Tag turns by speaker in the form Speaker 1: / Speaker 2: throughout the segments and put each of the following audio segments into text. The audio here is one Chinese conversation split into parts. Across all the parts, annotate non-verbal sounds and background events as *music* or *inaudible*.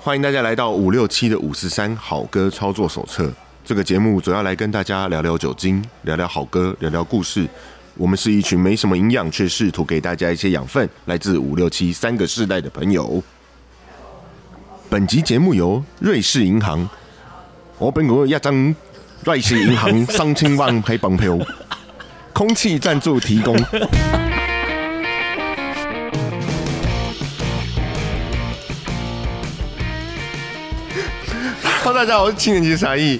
Speaker 1: 欢迎大家来到五六七的五十三好歌操作手册。这个节目主要来跟大家聊聊酒精，聊聊好歌，聊聊故事。我们是一群没什么营养，却试图给大家一些养分，来自五六七三个世代的朋友。本集节目由瑞士银行，我本国一张瑞士银行三千万黑本票，空气赞助提供。Hello，大家好，我是七年级沙溢。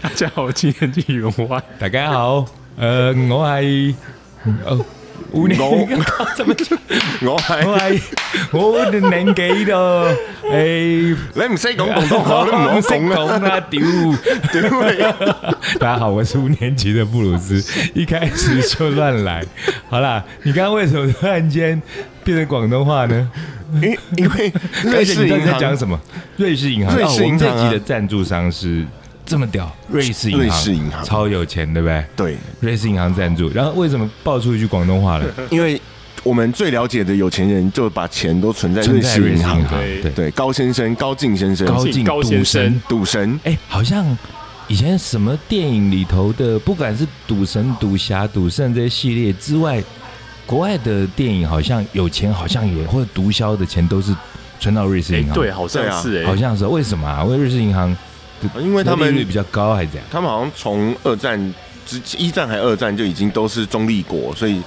Speaker 2: 大
Speaker 1: *laughs*
Speaker 2: 家好，我今天去员外，
Speaker 3: 大家好，呃，我係呃五年，
Speaker 1: 我
Speaker 3: 怎麼講
Speaker 1: 我係
Speaker 3: *laughs* 我係我年紀度，
Speaker 1: *laughs*
Speaker 3: 誒，
Speaker 1: 你唔識講廣東
Speaker 3: *laughs*
Speaker 1: 話，你唔好
Speaker 3: 識
Speaker 1: 講啦，
Speaker 3: 講啊，屌！
Speaker 1: *laughs* 屌你！
Speaker 3: 大家好，我是五年级的布鲁斯，一开始就乱来。 *laughs* 好啦，你刚刚为什么突然间变成广东话呢？
Speaker 1: 因因
Speaker 3: *laughs*
Speaker 1: 为瑞
Speaker 3: 而且
Speaker 1: 士
Speaker 3: 你到
Speaker 1: 银
Speaker 3: 底在讲
Speaker 1: 行，
Speaker 3: 什么？瑞士银行，
Speaker 1: 瑞士银行啊
Speaker 3: 哦我们这集的赞助商是这么屌，瑞士银行，
Speaker 1: 瑞士银行
Speaker 3: 超有钱，对不对？
Speaker 1: 对，
Speaker 3: 瑞士银行赞助，然后为什么爆出一句广东话
Speaker 2: *laughs*
Speaker 3: 了？
Speaker 1: 因为我们最了解的有钱人，就把钱都存在
Speaker 3: 存
Speaker 1: 瑞
Speaker 3: 在
Speaker 1: 士
Speaker 3: 瑞士
Speaker 1: 银
Speaker 3: 银
Speaker 1: 行
Speaker 3: 行。，
Speaker 2: 对
Speaker 3: 对，
Speaker 1: 对，高先生，高进先生，
Speaker 3: 高
Speaker 2: 进
Speaker 3: 进
Speaker 2: 高先生，
Speaker 1: 赌神，
Speaker 3: 哎，好像以前什么电影里头的，不管是赌神、赌侠、赌圣这些系列之外，国外的电影好像有钱，好像也或者毒枭的钱都是存到瑞士
Speaker 2: 哎
Speaker 3: 银，行，
Speaker 2: 对，，好像是
Speaker 3: 啊好
Speaker 2: 哎，
Speaker 3: 像是为什么啊？因为瑞士银行的，
Speaker 1: 因为他们
Speaker 3: 利率比较高，还是怎样？
Speaker 1: 他们好像从二战之一战还二战就已经都是中立国，所以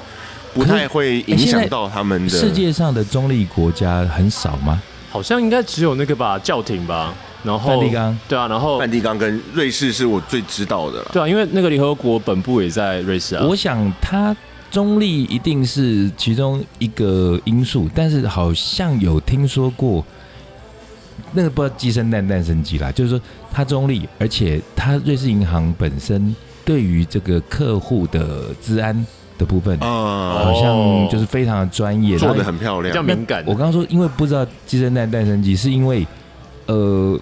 Speaker 1: 不太会影响到他们的
Speaker 3: 世界上的中立国家很少吗？
Speaker 2: 好像应该只有那个吧，教廷吧，然后
Speaker 3: 梵蒂冈，
Speaker 2: 对啊，然后
Speaker 1: 梵蒂冈跟瑞士是我最知道的了。
Speaker 2: 对啊，因为那个联合国本部也在瑞士啊，
Speaker 3: 我想它中立一定是其中一个因素，但是好像有听说过，那个不知道鸡生蛋蛋生鸡啦，就是说它中立，而且它瑞士银行本身对于这个客户的治安的部分，
Speaker 1: 啊
Speaker 3: 好，像就是非常的专业，
Speaker 1: 做
Speaker 3: 然后
Speaker 1: 的很漂
Speaker 2: 比较
Speaker 1: 亮。
Speaker 3: 那
Speaker 2: 敏感，
Speaker 3: 我刚刚说，因为不知道鸡生蛋蛋生鸡，是因为呃，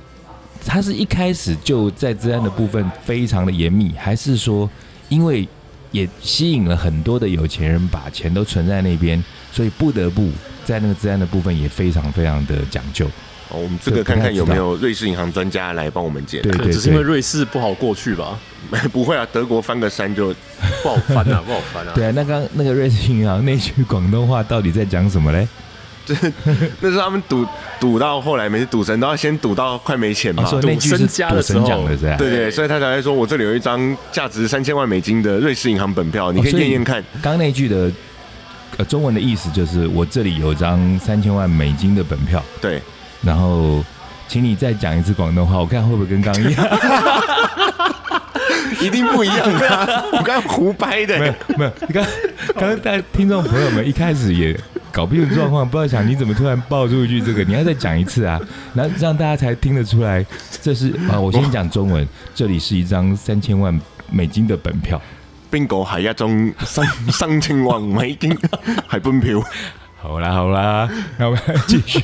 Speaker 3: 他是一开始就在治安的部分非常的严密，还是说因为也吸引了很多的有钱人把钱都存在那边，所以不得不在那个治安的部分也非常非常的讲究。
Speaker 1: 哦我们这个看看有没有瑞士银行专家来帮我们解
Speaker 3: 对
Speaker 1: 答。
Speaker 2: 可能只是因为瑞士不好过去吧，
Speaker 1: *laughs* 不会啊，德国翻个山就
Speaker 2: 不好翻
Speaker 3: *laughs*
Speaker 2: 啊，不好翻啊，
Speaker 3: 对啊，那刚那个瑞士银行那句广东话到底在讲什么嘞？
Speaker 1: 那是他们赌赌到后来，每次赌神都要先赌到快没钱嘛
Speaker 3: 哦，。说那句
Speaker 2: 赌
Speaker 3: 是
Speaker 2: 身家
Speaker 3: 赌
Speaker 2: 的时
Speaker 3: 神
Speaker 2: 候
Speaker 3: 讲的是吧？哦
Speaker 1: 对对，
Speaker 2: 对
Speaker 1: 所以他才会说，我这里有一张价值三千万美金的瑞士银行本票，你可以
Speaker 3: 哦所以
Speaker 1: 验验看。
Speaker 3: 刚那句的呃中文的意思就是我这里有张三千万美金的本票。
Speaker 1: 对，
Speaker 3: 然后，请你再讲一次广东话，我看会不会跟刚刚一 *laughs* 样？
Speaker 1: 一定不一样的啊。
Speaker 3: *laughs*
Speaker 1: 我刚刚胡掰的
Speaker 3: 没有
Speaker 1: 欸，
Speaker 3: 没有，刚刚刚大家听众朋友们一开始也搞不清楚状况，不知道想你怎么突然爆出一句这个，你要再讲一次啊，然后让大家才听得出来。这是啊，我先讲中文，这里是一张三千万美金的本票。
Speaker 1: 冰狗海一中三三千万美金还奔票，
Speaker 3: 好啦好啦，那我们来继续。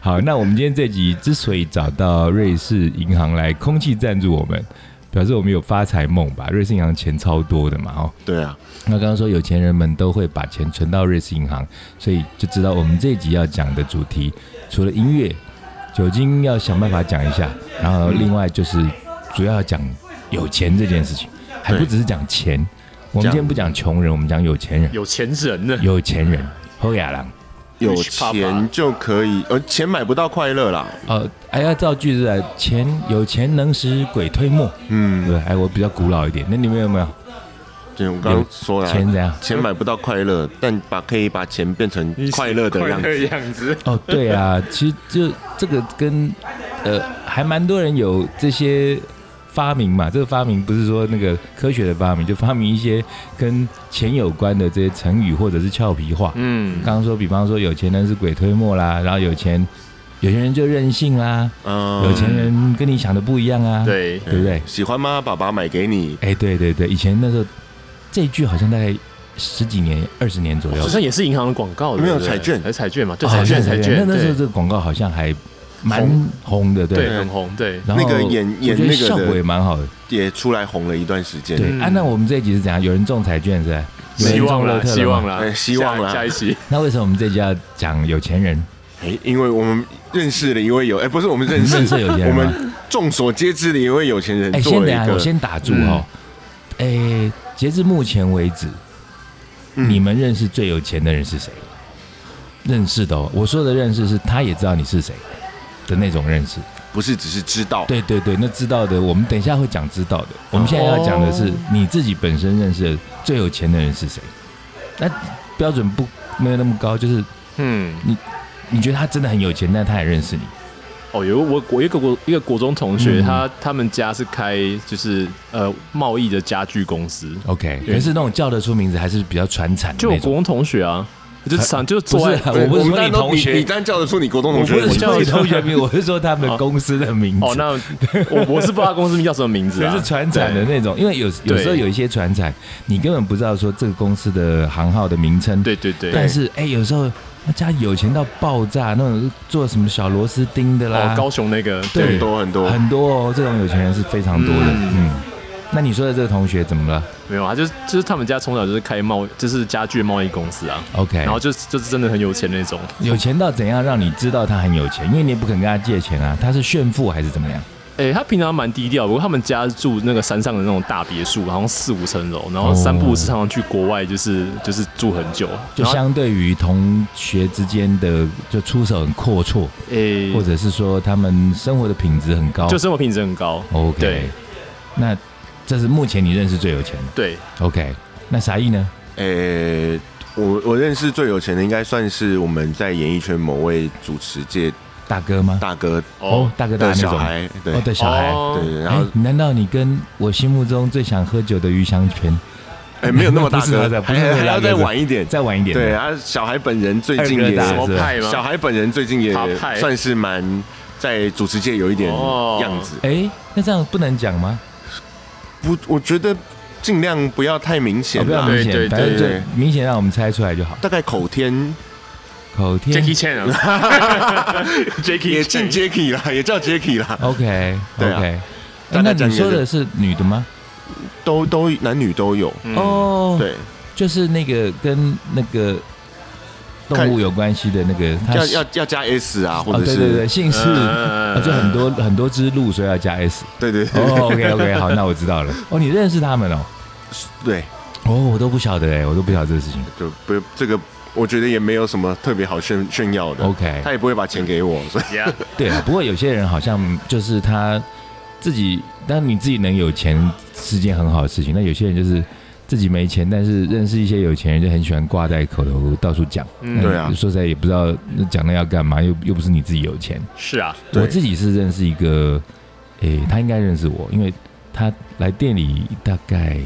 Speaker 3: 好，那我们今天这集之所以找到瑞士银行来空气赞助我们，表示我们有发财梦吧？瑞士银行钱超多的嘛，哦。
Speaker 1: 对啊，
Speaker 3: 那刚刚说有钱人们都会把钱存到瑞士银行，所以就知道我们这一集要讲的主题，除了音乐、酒精要想办法讲一下，然后另外就是主要讲有钱这件事情，还不只是讲钱。我们今天不讲穷人，我们讲有钱人，
Speaker 2: 有钱人啊呢，
Speaker 3: 有钱人。侯亚郎，
Speaker 1: 有
Speaker 2: Rich Papa
Speaker 1: 钱就可以，呃，钱买不到快乐啦。
Speaker 3: 呃，哎呀，造句子啊，钱有钱能使鬼推磨，对
Speaker 1: 嗯，
Speaker 3: 不对？哎，我比较古老一点，那你们有没有？
Speaker 1: 就我刚刚说了
Speaker 3: 钱
Speaker 1: 啊，
Speaker 3: 怎样？
Speaker 1: 钱买不到快乐，但把可以把钱变成快乐的样
Speaker 2: 快乐
Speaker 1: 子。
Speaker 2: 样子，
Speaker 3: 哦，对啊，其实就这个跟呃，还蛮多人有这些发明嘛。这个发明不是说那个科学的发明，就发明一些跟钱有关的这些成语或者是俏皮话。
Speaker 2: 嗯，
Speaker 3: 刚刚说，比方说有钱人是鬼推磨啦，然后有钱有钱人就任性啦，
Speaker 1: 嗯哎
Speaker 3: 有钱人跟你想的不一样啊，
Speaker 2: 对，
Speaker 3: 对不对？
Speaker 1: 喜欢吗？爸爸买给你。
Speaker 3: 哎，对对对，以前那时候这一句好像大概十几年、二十年左右
Speaker 2: 好，像也是银行的广告，
Speaker 1: 没有
Speaker 2: 对不对
Speaker 1: 彩券
Speaker 2: 还是彩券嘛，对，
Speaker 3: 哦
Speaker 2: 彩券，
Speaker 3: 好像
Speaker 2: 彩
Speaker 3: 是
Speaker 2: 券，
Speaker 3: 那那时候
Speaker 2: 对
Speaker 3: 这个广告好像还蛮
Speaker 1: 红
Speaker 3: 红的，对
Speaker 2: 对很红，对，
Speaker 3: 然后
Speaker 1: 那个演演
Speaker 3: 我
Speaker 1: 那
Speaker 3: 觉得
Speaker 1: 个
Speaker 3: 效
Speaker 1: 的
Speaker 3: 果也蛮好的。
Speaker 1: 也出来红了一段时间。
Speaker 3: 对
Speaker 2: 嗯
Speaker 3: 啊，那我们这一集是怎样？有人中彩券是吧？有人
Speaker 2: 希望
Speaker 3: 中乐
Speaker 2: 啦，
Speaker 3: 特了
Speaker 2: 希
Speaker 3: 吗
Speaker 2: 望啦，
Speaker 1: 哎希望啦
Speaker 2: 下下一期，
Speaker 1: *laughs*
Speaker 3: 那为什么我们这一集要讲有钱人？
Speaker 1: 哎，因为我们认识了一位有，哎、不是我们认识，
Speaker 3: 认识有钱人
Speaker 1: 我
Speaker 3: 吗
Speaker 1: 们众所皆知的一位有钱人
Speaker 3: 哎、
Speaker 1: 做
Speaker 3: 先
Speaker 1: 了
Speaker 3: 等
Speaker 1: 一
Speaker 3: 下，
Speaker 1: 个，嗯
Speaker 3: 我先打住哦。哎、截至目前为止，
Speaker 1: 嗯
Speaker 3: 你们认识最有钱的人是谁？认识的哦，我说的认识是他也知道你是谁的那种认识。
Speaker 1: 不是只是知道，
Speaker 3: 对对对，那知道的，我们等一下会讲知道的。我们现在要讲的是
Speaker 2: 哦
Speaker 3: 你自己本身认识的最有钱的人是谁。那标准不没有那么高，就是
Speaker 2: 嗯，
Speaker 3: 你觉得他真的很有钱，但他也认识你。
Speaker 2: 哦，有我我一个国一个国中同学，
Speaker 3: 嗯
Speaker 2: 他他们家是开就是呃贸易的家具公司，
Speaker 3: OK，
Speaker 2: 对
Speaker 3: 可是那种叫得出名字还是比较传产的
Speaker 2: 就我
Speaker 3: 那
Speaker 2: 国
Speaker 3: 种。
Speaker 2: 中同学啊，就常
Speaker 3: 不
Speaker 2: 就坐
Speaker 3: 是啊，
Speaker 2: 在
Speaker 3: 我
Speaker 1: 对
Speaker 3: 不是
Speaker 1: 我们
Speaker 3: 说
Speaker 1: 当然
Speaker 3: 你
Speaker 1: 都
Speaker 3: 同
Speaker 1: 你
Speaker 3: 学
Speaker 1: 你，当然叫得出你国中同学，
Speaker 3: 我不是
Speaker 1: 我
Speaker 3: 叫
Speaker 2: 我
Speaker 3: 你
Speaker 2: 知道
Speaker 3: 同学名，我是说他们公司的名字。
Speaker 2: 哦，那我我是不知道公司名叫什么名字
Speaker 3: 可
Speaker 2: 啊，
Speaker 3: 是船产的那种，因为有有
Speaker 2: 对
Speaker 3: 时候有一些船产，你根本不知道说这个公司的行号的名称。
Speaker 2: 对对对对
Speaker 3: 但，是哎、有时候那家有钱到爆炸，那种做什么小螺丝钉的啦，
Speaker 2: 哦，高雄那个
Speaker 3: 啊对
Speaker 1: 很多很多，
Speaker 3: 很多哦，这种有钱人是非常多的。嗯
Speaker 2: 嗯
Speaker 3: 那你说的这个同学怎么了
Speaker 2: 没有啊，就是就是他们家从小就是开贸就是家具贸易公司啊，
Speaker 3: ？OK，
Speaker 2: 然后就是就是真的很有钱那种，
Speaker 3: 有钱到怎样让你知道他很有钱？因为你也不肯跟他借钱啊，他是炫富还是怎么样？
Speaker 2: 哎、他平常蛮低调，不过他们家住那个山上的那种大别墅，好像四五层楼，然
Speaker 3: 哦
Speaker 2: 后三不五时常常去国外，就是就是住很久，
Speaker 3: 就相对于同学之间的就出手很阔绰，
Speaker 2: 诶、
Speaker 3: 或者是说他们生活的品质很高，
Speaker 2: 嗯就生活品质很高。
Speaker 3: OK。
Speaker 2: 对
Speaker 3: 那这是目前你认识最有钱
Speaker 2: 对，
Speaker 3: 的 OK。那啥意呢？
Speaker 1: 呃、我我认识最有钱的应该算是我们在演艺圈某位主持界
Speaker 3: 大哥吗？
Speaker 1: 大哥
Speaker 3: 哦，大哥大
Speaker 1: 的
Speaker 3: 那
Speaker 1: 小
Speaker 3: 种
Speaker 1: 孩，对
Speaker 3: 哦的小孩。
Speaker 2: 哦
Speaker 1: 对，然后
Speaker 3: 哎难道你跟我心目中最想喝酒的于祥全
Speaker 1: 哎没有那么大
Speaker 3: 不是
Speaker 1: 哥
Speaker 3: 他 *laughs* 的，不
Speaker 1: 还
Speaker 3: 是他的
Speaker 1: 还要
Speaker 3: 大哥
Speaker 1: 再晚一点，
Speaker 3: 再晚一点？
Speaker 1: 对，啊，小孩本人最近
Speaker 3: 二哥
Speaker 1: 也
Speaker 3: 大
Speaker 2: 什么
Speaker 3: 是
Speaker 2: 派吗？
Speaker 1: 小孩本人最近也
Speaker 2: 他派
Speaker 1: 算是蛮在主持界有一点
Speaker 2: 哦
Speaker 1: 样子，
Speaker 3: 哎，那这样不能讲吗？
Speaker 1: 不，我觉得尽量不要太明
Speaker 3: 哦
Speaker 1: 显
Speaker 3: 不要
Speaker 1: 啦
Speaker 3: 明，
Speaker 2: 对
Speaker 3: 显，
Speaker 2: 对
Speaker 3: 反正
Speaker 1: 对对
Speaker 3: 就明显让我们猜出来就好。
Speaker 1: 大概口天
Speaker 3: 口天
Speaker 2: Jackie Chan 啊 *laughs* ，Jackie
Speaker 1: 也进
Speaker 2: Chan
Speaker 1: Jacky 啦，也叫 Jacky 啦，
Speaker 3: ，OK
Speaker 1: 对啊
Speaker 3: OK。
Speaker 1: 大概
Speaker 3: 那
Speaker 1: 这
Speaker 3: 你
Speaker 1: 样
Speaker 3: 说
Speaker 1: 就
Speaker 3: 的是女的吗？
Speaker 1: 都都男女都有，
Speaker 2: 嗯
Speaker 3: 哦，，
Speaker 1: 对，
Speaker 3: 就是那个跟那个动物有关系的那个，它
Speaker 1: 要
Speaker 3: 是
Speaker 1: 要要加 S 啊，或
Speaker 3: 哦，
Speaker 1: 者
Speaker 3: 对
Speaker 1: 是
Speaker 3: 对对，姓氏、
Speaker 2: 嗯
Speaker 3: 哦就很多很多只鹿，所以要加
Speaker 1: *laughs*
Speaker 3: S。
Speaker 1: 对对对
Speaker 3: 哦，OK OK，好，那我知道了。哦，你认识他们哦？
Speaker 1: 对，
Speaker 3: 哦，我都不晓得哎，我都不晓得这个事情。
Speaker 1: 就不这个，我觉得也没有什么特别好炫炫耀的
Speaker 3: OK
Speaker 1: 他也不会把钱给我，所以
Speaker 2: Yeah，
Speaker 3: 对啊，不过有些人好像就是他自己，但你自己能有钱是件很好的事情。那有些人就是自己没钱，但是认识一些有钱人，就很喜欢挂在口头到处讲。
Speaker 2: 嗯
Speaker 3: 那
Speaker 1: 对啊
Speaker 3: 说实在也不知道那讲那要干嘛，又又不是你自己有钱。
Speaker 2: 是啊，
Speaker 1: 对
Speaker 3: 我自己是认识一个，诶、他应该认识我，因为他来店里大概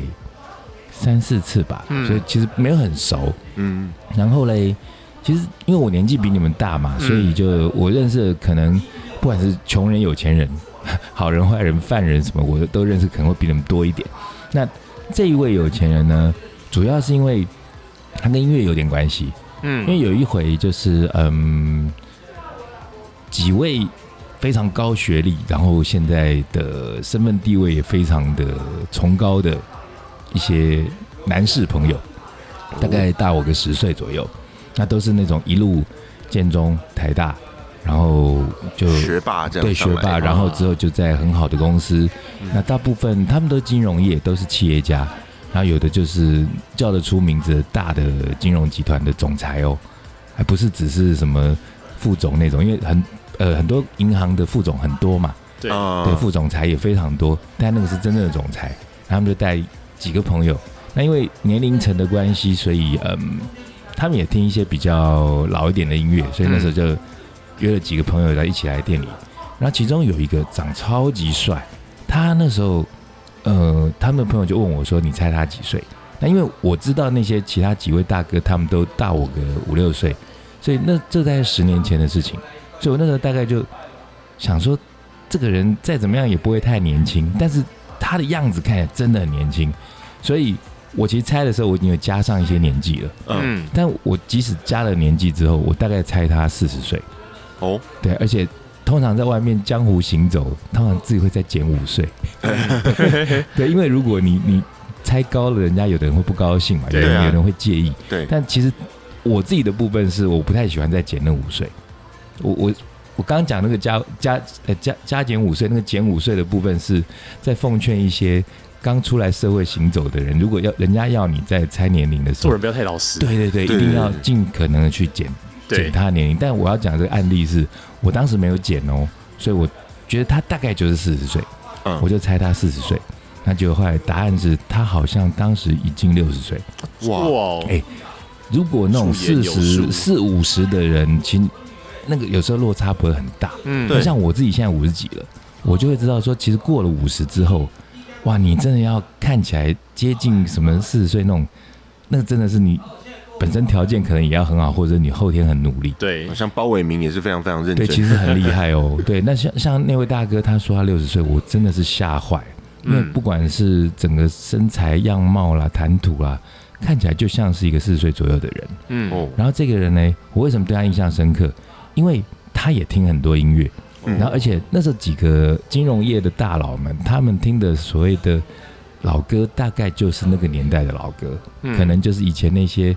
Speaker 3: 三四次吧，
Speaker 2: 嗯
Speaker 3: 所以其实没有很熟。
Speaker 1: 嗯，
Speaker 3: 然后嘞，其实因为我年纪比你们大嘛，
Speaker 2: 嗯
Speaker 3: 所以就我认识的可能不管是穷人、有钱人、 *laughs* 好人、坏人、犯人什么，我都认识，可能会比你们多一点。那这一位有钱人呢，主要是因为他跟音乐有点关系，因为
Speaker 2: 嗯，
Speaker 3: 有一回就是嗯，几位非常高学历，然后现在的身份地位也非常的崇高的一些男士朋友，大概大我个十岁左右，那都是那种一路建中、台大，然后就
Speaker 1: 学霸这样
Speaker 3: 对
Speaker 1: 上
Speaker 3: 学
Speaker 1: 来啊嗯
Speaker 3: 霸，然后之后就在很好的公司。那大部分他们都金融业，都是企业家，然后有的就是叫得出名字的大的金融集团的总裁哦，还不是只是什么副总那种，因为很呃很多银行的副总很多嘛，
Speaker 2: 对
Speaker 1: 啊
Speaker 3: 对，副总裁也非常多，但那个是真正的总裁，然后他们就带几个朋友。那因为年龄层的关系，所以嗯，他们也听一些比较老一点的音乐，所以那时候就约了几个朋友来一起来店里。然后其中有一个长超级帅，他那时候呃，他们的朋友就问我说：“你猜他几岁？”那因为我知道那些其他几位大哥他们都大我个五六岁，所以那这大概十年前的事情，所以我那时候大概就想说，这个人再怎么样也不会太年轻，但是他的样子看起来真的很年轻，所以我其实猜的时候我已经有加上一些年纪了，
Speaker 1: 嗯，
Speaker 2: 嗯，
Speaker 3: 但我即使加了年纪之后，我大概猜他四十岁，
Speaker 1: 哦，
Speaker 3: 对，而且通常在外面江湖行走，通常自己会再减五岁，
Speaker 1: *laughs*
Speaker 3: 对，因为如果你你猜高了，人家有的人会不高兴嘛，有的
Speaker 1: 对
Speaker 3: 人
Speaker 1: 啊
Speaker 3: 有的人会介意，
Speaker 1: 对，
Speaker 3: 但其实我自己的部分是我不太喜欢再减那五岁，我我我刚刚讲那个加加呃加加减五岁那个减五岁的部分是在奉劝一些刚出来社会行走的人，如果要人家要你在猜年龄的时
Speaker 2: 做
Speaker 3: 候
Speaker 2: 人，不要太老实。
Speaker 3: 对对对，
Speaker 1: 对
Speaker 3: 一定要
Speaker 1: 对对
Speaker 3: 尽可能的去减减
Speaker 2: 对，
Speaker 3: 他的年龄。但我要讲这个案例是，我当时没有减哦，所以我觉得他大概就是四十岁，
Speaker 1: 嗯
Speaker 3: 我就猜他四十岁。那结果后来答案是他好像当时已经六十岁。
Speaker 1: 哇
Speaker 2: 哇，哦
Speaker 3: 哎如果那种
Speaker 2: 术
Speaker 3: 四
Speaker 2: 业有术
Speaker 3: 十四五十的人，其实那个有时候落差不会很大。
Speaker 2: 嗯，
Speaker 1: 对
Speaker 3: 就像我自己现在五十几了，我就会知道说，其实过了五十之后，哇，你真的要看起来接近什么四十岁那种，那真的是你本身条件可能也要很好，或者你后天很努力。
Speaker 2: 对，
Speaker 1: 像包伟明也是非常非常认
Speaker 3: 对，其
Speaker 1: 真，
Speaker 3: 实很厉害哦。对，那像像那位大哥，他说他六十岁，我真的是吓坏，因为
Speaker 2: 嗯
Speaker 3: 不管是整个身材样貌啦、谈吐啦，看起来就像是一个四十岁左右的人。
Speaker 2: 嗯，
Speaker 1: 哦，
Speaker 3: 然后这个人呢，我为什么对他印象深刻？因为他也听很多音乐，
Speaker 1: 嗯
Speaker 3: 然后而且那时候几个金融业的大佬们，他们听的所谓的老歌，大概就是那个年代的老歌，
Speaker 2: 嗯
Speaker 3: 可能就是以前那些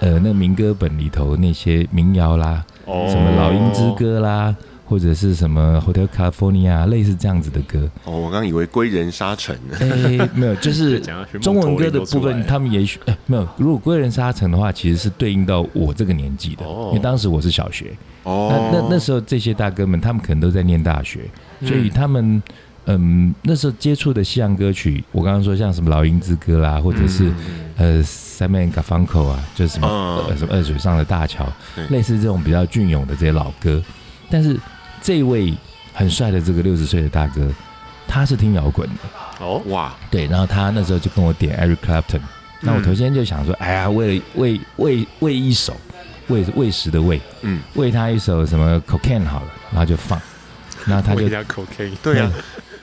Speaker 3: 呃那民歌本里头那些民谣啦，什
Speaker 2: 什
Speaker 3: 么老鹰之，歌啦，或者是什么 Hotel California 类似这样子的歌。
Speaker 1: 哦，我刚以为归人沙城呢，
Speaker 3: 哎、没有，就是
Speaker 2: 哦讲下去
Speaker 3: 中文歌的部
Speaker 2: 梦头里
Speaker 3: 分，
Speaker 2: 都出来
Speaker 3: 他们也许、哎没有。如果归人沙城的话，其实是对应到我这个年纪的，
Speaker 2: 哦
Speaker 3: 因为当时我是小学。
Speaker 1: 哦
Speaker 3: 那，那那时候这些大哥们，他们可能都在念大学，
Speaker 2: 嗯
Speaker 3: 所以他们嗯那时候接触的西洋歌曲，我刚刚说像什么老鹰之歌啦，或者是、
Speaker 2: 嗯
Speaker 3: 呃 Simon Garfunkel 啊，就是什么、
Speaker 1: 嗯
Speaker 3: 呃、什么二水上的大桥
Speaker 1: 对，
Speaker 3: 类似这种比较隽永的这些老歌。但是这位很帅的这个六十岁的大哥，他是听摇滚的，
Speaker 2: 哦，
Speaker 1: 哇，
Speaker 3: 对，然后他那时候就跟我点 Eric Clapton，那
Speaker 1: 嗯
Speaker 3: 我头先就想说，哎呀，为了为为为一首，为喂食的喂，
Speaker 1: 嗯，
Speaker 3: 喂他一首什么 cocaine 好了，然后就放，然后他就
Speaker 2: 喂他 cocaine，
Speaker 1: 对啊，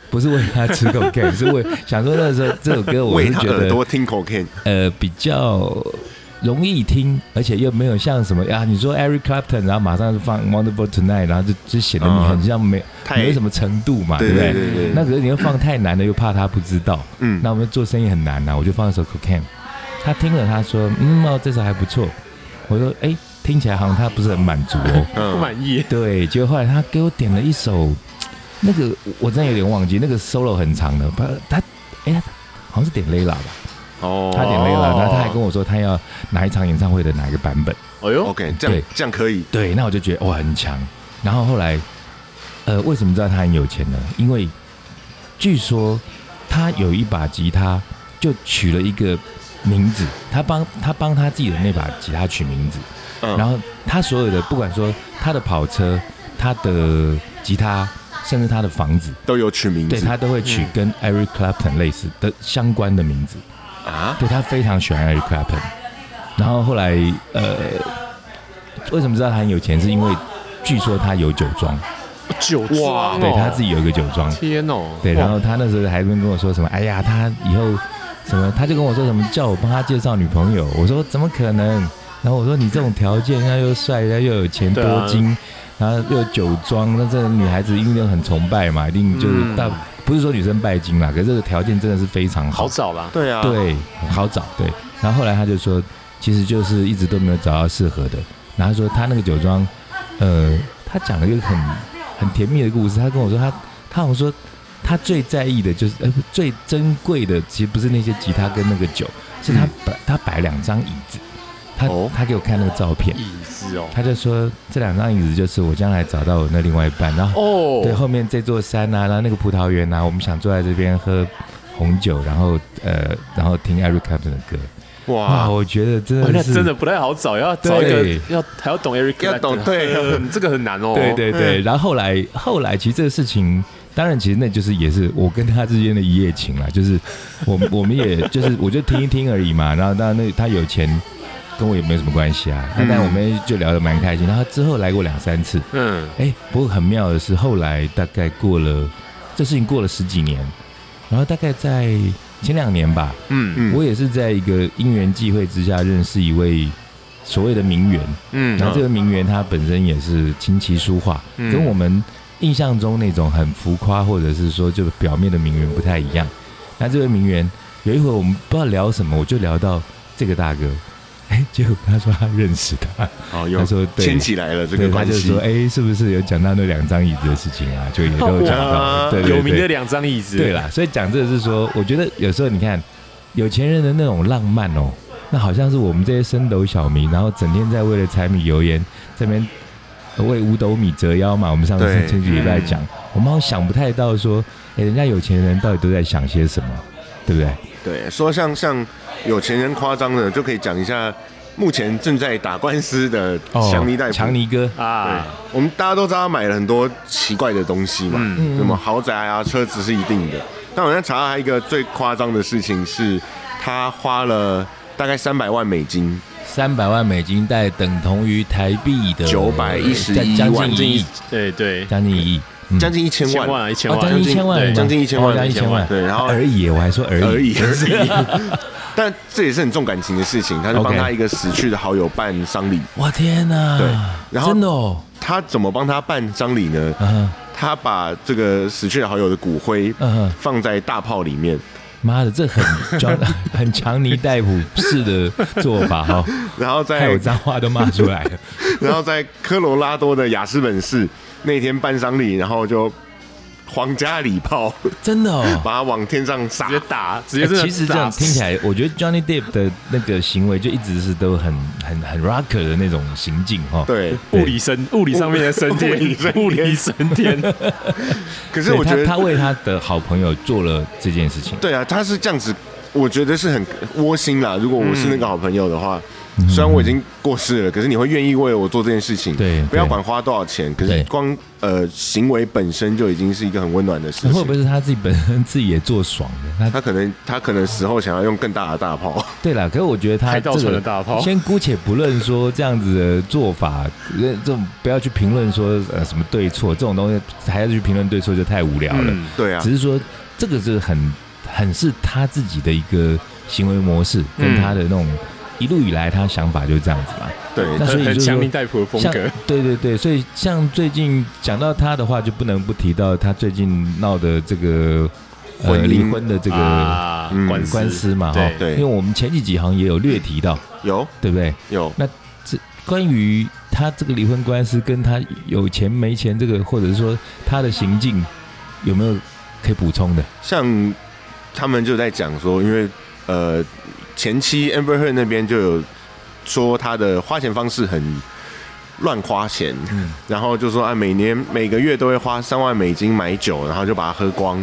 Speaker 3: 不是喂他吃 cocaine，是为想说那时候这首歌我
Speaker 1: 喂
Speaker 3: 是
Speaker 1: 他
Speaker 3: 觉
Speaker 1: 耳
Speaker 3: 得
Speaker 1: 朵听 cocaine，
Speaker 3: 呃比较容易听，而且又没有像什么啊，你说 Eric Clapton，然后马上就放 Wonderful Tonight，然后就就显得你
Speaker 1: 嗯
Speaker 3: 很像没
Speaker 1: 太
Speaker 3: 没什么程度嘛，
Speaker 1: 对
Speaker 3: 不
Speaker 1: 对对对，
Speaker 3: 那可是你又放太难了，又怕他不知道。
Speaker 1: 嗯
Speaker 3: 那我们做生意很难啊呐、我就放一首 Cocaine。他听了，他说：“嗯哦，这首还不错。”我说：“哎，听起来好像他不是很满足
Speaker 1: *laughs*
Speaker 3: 哦。
Speaker 2: 不
Speaker 1: 嗯，
Speaker 2: 满意”，
Speaker 3: 对，结果后来他给我点了一首，那个我真的有点忘记，那个 solo 很长的，他他哎，他好像是点 Layla 吧，
Speaker 1: 哦，
Speaker 3: 他点 Layla，、然后他还跟我说他要哪一场演唱会的哪一个版本。
Speaker 2: 哎呦，
Speaker 1: OK，这样
Speaker 3: 对
Speaker 1: 这样可以，
Speaker 3: 对，那我就觉得哇很强。然后后来，呃，为什么知道他很有钱呢？因为据说他有一把吉他，就取了一个名字，他帮他帮他自己的那把吉他取名字。
Speaker 1: 嗯，
Speaker 3: 然后他所有的，不管说他的跑车、他的吉他，甚至他的房子，
Speaker 1: 都有取名
Speaker 3: 对
Speaker 1: 字，
Speaker 3: 他都会取
Speaker 2: 嗯
Speaker 3: 跟 Eric Clapton 类似的相关的名字。
Speaker 1: 啊，
Speaker 3: 对他非常喜欢 Eric Clapton。然后后来，呃，为什么知道他很有钱？是因为据说他有酒庄，
Speaker 2: 酒
Speaker 1: 哇
Speaker 2: 庄，
Speaker 3: 对他自，己有一个酒庄。
Speaker 2: 天哦，
Speaker 3: 对，
Speaker 2: 哇
Speaker 3: 然后他那时候还跟我说什么，哎呀，他以后什么，他就跟我说什么，叫我帮他介绍女朋友。我说怎么可能？然后我说你这种条件，人家又帅，人家又有钱，
Speaker 2: 对啊
Speaker 3: 多金，然后又有酒庄，那这个女孩子一定都很崇拜嘛，一定就是
Speaker 2: 嗯
Speaker 3: 大，不是说女生拜金啦，可是这个条件真的是非常好
Speaker 2: 好。找啦，
Speaker 1: 对啊，
Speaker 3: 对，很好找。对，然后后来他就说，其实就是一直都没有找到适合的。然后他说他那个酒庄，呃，他讲了一个很很甜蜜的故事。他跟我说他，他好像说他最在意的就是，呃，不最珍贵的其实不是那些吉他跟那个酒，是他
Speaker 1: 嗯
Speaker 3: 摆、他摆两张椅子。他、
Speaker 1: 哦
Speaker 3: 他给我看那个照片，
Speaker 2: 椅子哦，
Speaker 3: 他就说这两张椅子就是我将来找到我那另外一半。然后
Speaker 2: 哦，
Speaker 3: 对，后面这座山啊，然后那个葡萄园啊，我们想坐在这边喝红酒，然后呃，然后听 Eric Clapton 的歌。哇，
Speaker 1: 哇，
Speaker 3: 我觉得真
Speaker 2: 哇啊哦那
Speaker 3: 的是
Speaker 2: 真的不太好找，要找一
Speaker 3: 对
Speaker 2: 个要还要懂 Eric，
Speaker 1: 要懂
Speaker 2: Clapton，
Speaker 1: 对
Speaker 2: 呃 *laughs* 这个很难哦，
Speaker 3: 对对对。然后后来后来，其实这个事情，当然其实那就是也是我跟他之间的一夜情啦，就是我们我们也就是我就听一听而已嘛。然后当然那他有钱。跟我也没有什么关系啊，那
Speaker 1: 嗯
Speaker 3: 但我们就聊得蛮开心。然后之后来过两三次，
Speaker 2: 嗯，
Speaker 3: 哎、不过很妙的是，后来大概过了，这事情过了十几年，然后大概在前两年吧，
Speaker 2: 嗯
Speaker 1: 嗯
Speaker 3: 我也是在一个因缘际会之下认识一位所谓的名媛，
Speaker 2: 嗯
Speaker 3: 然后这个名媛她本身也是琴棋书画，
Speaker 2: 嗯
Speaker 3: 跟我们印象中那种很浮夸或者是说就表面的名媛不太一样。那这位名媛有一回我们不知道聊什么，我就聊到这个大哥，哎，结果他说他认识他，
Speaker 1: 哦，又
Speaker 3: 他说对
Speaker 1: 牵起来了这
Speaker 3: 对，
Speaker 1: 个
Speaker 3: 他
Speaker 1: 关
Speaker 3: 就
Speaker 1: 系
Speaker 3: 说，，哎，是不是有讲到那两张椅子的事情啊？就也都有讲
Speaker 1: 哇
Speaker 3: 到，对对对
Speaker 2: 有名的两张椅子，
Speaker 3: 对，啦，所以讲这个是说，我觉得有时候你看有钱人的那种浪漫哦，那好像是我们这些升斗小民，然后整天在为了柴米油盐这边呃为五斗米折腰嘛。我们上次
Speaker 1: 对
Speaker 3: 前几个礼拜讲，我们好像想不太到说，哎，人家有钱人到底都在想些什么，对不对？
Speaker 1: 对，说像像有钱人夸张的，就可以讲一下目前正在打官司的强尼戴普。
Speaker 3: 哦强尼哥，
Speaker 1: 对
Speaker 2: 啊，，
Speaker 1: 我们大家都知道他买了很多奇怪的东西嘛，
Speaker 2: 嗯
Speaker 1: 什么豪宅啊、车子是一定的。但我现在查到还有一个最夸张的事情是，他花了大概三百万美金，
Speaker 3: 三百万美金，大概等同于台币的
Speaker 1: 911
Speaker 3: 将
Speaker 1: 万
Speaker 3: 将近一亿，
Speaker 2: 嗯对对，
Speaker 3: 将近一亿，嗯
Speaker 1: 将近一千
Speaker 2: 千
Speaker 1: 万，
Speaker 2: 万啊，一千
Speaker 3: 哦，
Speaker 2: 万，
Speaker 3: 将近一千万
Speaker 2: 对
Speaker 3: 吗，
Speaker 1: 将近一千万
Speaker 3: 哦将近一千万，
Speaker 1: 对然后
Speaker 3: 而已耶，我还说 *laughs* 而已，
Speaker 1: 而已而已。 *laughs* 但这也是很重感情的事情，他就帮
Speaker 3: OK
Speaker 1: 他一个死去的好友办丧礼。
Speaker 3: 我天哪！
Speaker 1: 对然后
Speaker 3: 真的哦，
Speaker 1: 他怎么帮他办丧礼呢？
Speaker 3: 嗯哼
Speaker 1: 他把这个死去的好友的骨灰
Speaker 3: 嗯哼，
Speaker 1: 放在大炮里面，
Speaker 3: 妈的，
Speaker 1: *laughs*
Speaker 3: 这很装很强尼戴普式的做法
Speaker 1: *laughs*
Speaker 3: 哈、哦，
Speaker 1: 然后
Speaker 3: 害
Speaker 1: 再
Speaker 3: 我脏话都骂出来
Speaker 1: *laughs*
Speaker 3: 了。
Speaker 1: 然后在科罗拉多的雅斯本市那天办丧礼，然后就皇家礼炮
Speaker 3: 真的哦。
Speaker 1: 把它往天上撒
Speaker 2: 直。接打，直接
Speaker 3: 哎
Speaker 2: 真的
Speaker 3: 其实这样
Speaker 2: 打
Speaker 3: 听起来，我觉得 Johnny Depp 的那个行为就一直是都很很很 rocker 的那种行径哈、哦。，
Speaker 1: 对，
Speaker 2: 物理升，物理上面的
Speaker 3: *laughs*
Speaker 2: 升天
Speaker 1: 物理升，天
Speaker 2: 物理升天，
Speaker 1: 可是我觉得
Speaker 3: 他他为他的好朋友做了这件事情。
Speaker 1: 对啊，他是这样子，我觉得是很窝心啦。如果我是那个
Speaker 3: 嗯
Speaker 1: 好朋友的话，虽然我已经过世了，可是你会愿意为我做这件事情，
Speaker 3: 对
Speaker 1: 不要
Speaker 3: 对
Speaker 1: 管花多少钱，可是
Speaker 3: 对
Speaker 1: 光呃行为本身就已经是一个很温暖的事
Speaker 3: 会不会
Speaker 1: 情。
Speaker 3: 是他自己本身自己也做爽的？他
Speaker 1: 他可能他可能死后想要用更大的大炮， *laughs*
Speaker 3: 对了，可是我觉得他
Speaker 2: 海盗
Speaker 3: 这
Speaker 2: 船
Speaker 3: 个
Speaker 2: 的大炮，
Speaker 3: 先姑且不论说这样子的做法，呃这种不要去评论说呃什么对错，这种东西还要去评论对错就太无聊了。
Speaker 2: 嗯，
Speaker 1: 对啊
Speaker 3: 只，是说这个是很很是他自己的一个行为模式，跟
Speaker 2: 嗯
Speaker 3: 他的那种、一路以来他想法就是这样子嘛。
Speaker 1: 对，
Speaker 3: 那所以
Speaker 2: 很
Speaker 3: 就
Speaker 2: 很
Speaker 3: 是
Speaker 2: 强
Speaker 3: 说
Speaker 2: 尼戴普的风
Speaker 3: 像
Speaker 2: 格，
Speaker 3: 对对对，所以像最近讲到他的话，就不能不提到他最近闹的这个呃
Speaker 1: 婚姻
Speaker 3: 离婚的这个
Speaker 2: 啊
Speaker 1: 嗯
Speaker 2: 官司
Speaker 3: 官司嘛，哈、
Speaker 1: 对
Speaker 3: 因为我们前几集好像也有略提到，
Speaker 1: 有
Speaker 3: 对不对？
Speaker 1: 有
Speaker 3: 关于他这个离婚官司跟他有钱没钱这个，或者是说他的行径有没有可以补充的？
Speaker 1: 像他们就在讲说，因为呃前期 Amber Heard 那边就有说她的花钱方式很乱花钱，
Speaker 3: 嗯
Speaker 1: 然后就说啊每年每个月都会花三万美金买酒，然后就把它喝光。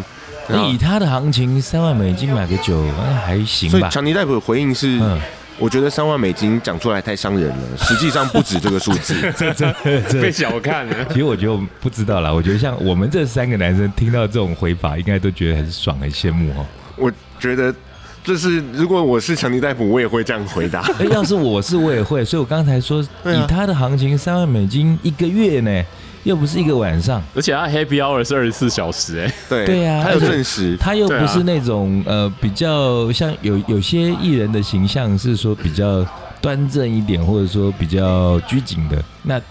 Speaker 1: 然
Speaker 3: 那
Speaker 1: 后
Speaker 3: 哎以他的行情，三万美金买个酒，那还行
Speaker 1: 所以
Speaker 3: 吧？
Speaker 1: 强尼戴普的回应是，
Speaker 3: 嗯，
Speaker 1: 我觉得三万美金讲出来太伤人了，实际上不止这个数字。
Speaker 3: *laughs* 这这
Speaker 2: *laughs*
Speaker 3: 这，
Speaker 2: 被小看了，
Speaker 3: 其实我觉得我们不知道啦。我觉得像我们这三个男生听到这种回法，应该都觉得很爽，很羡慕哦。
Speaker 1: 我觉得就是如果我是强尼戴普，我也会这样回
Speaker 3: *laughs*
Speaker 1: 答。
Speaker 3: 哎，要是我是我也会，所以我刚才说，
Speaker 1: 对啊
Speaker 3: 以他的行情，三万美金一个月呢，又不是一个晚上。
Speaker 2: 而且他 Happy Hour 是二十四小时，哎，
Speaker 1: 对，
Speaker 3: 对啊
Speaker 1: 他有
Speaker 3: 而且
Speaker 1: 证实，
Speaker 3: 他又
Speaker 2: 对啊
Speaker 3: 不是那种、呃比较像有有些艺人的形象是说比较端正一点，或者说比较拘谨的，那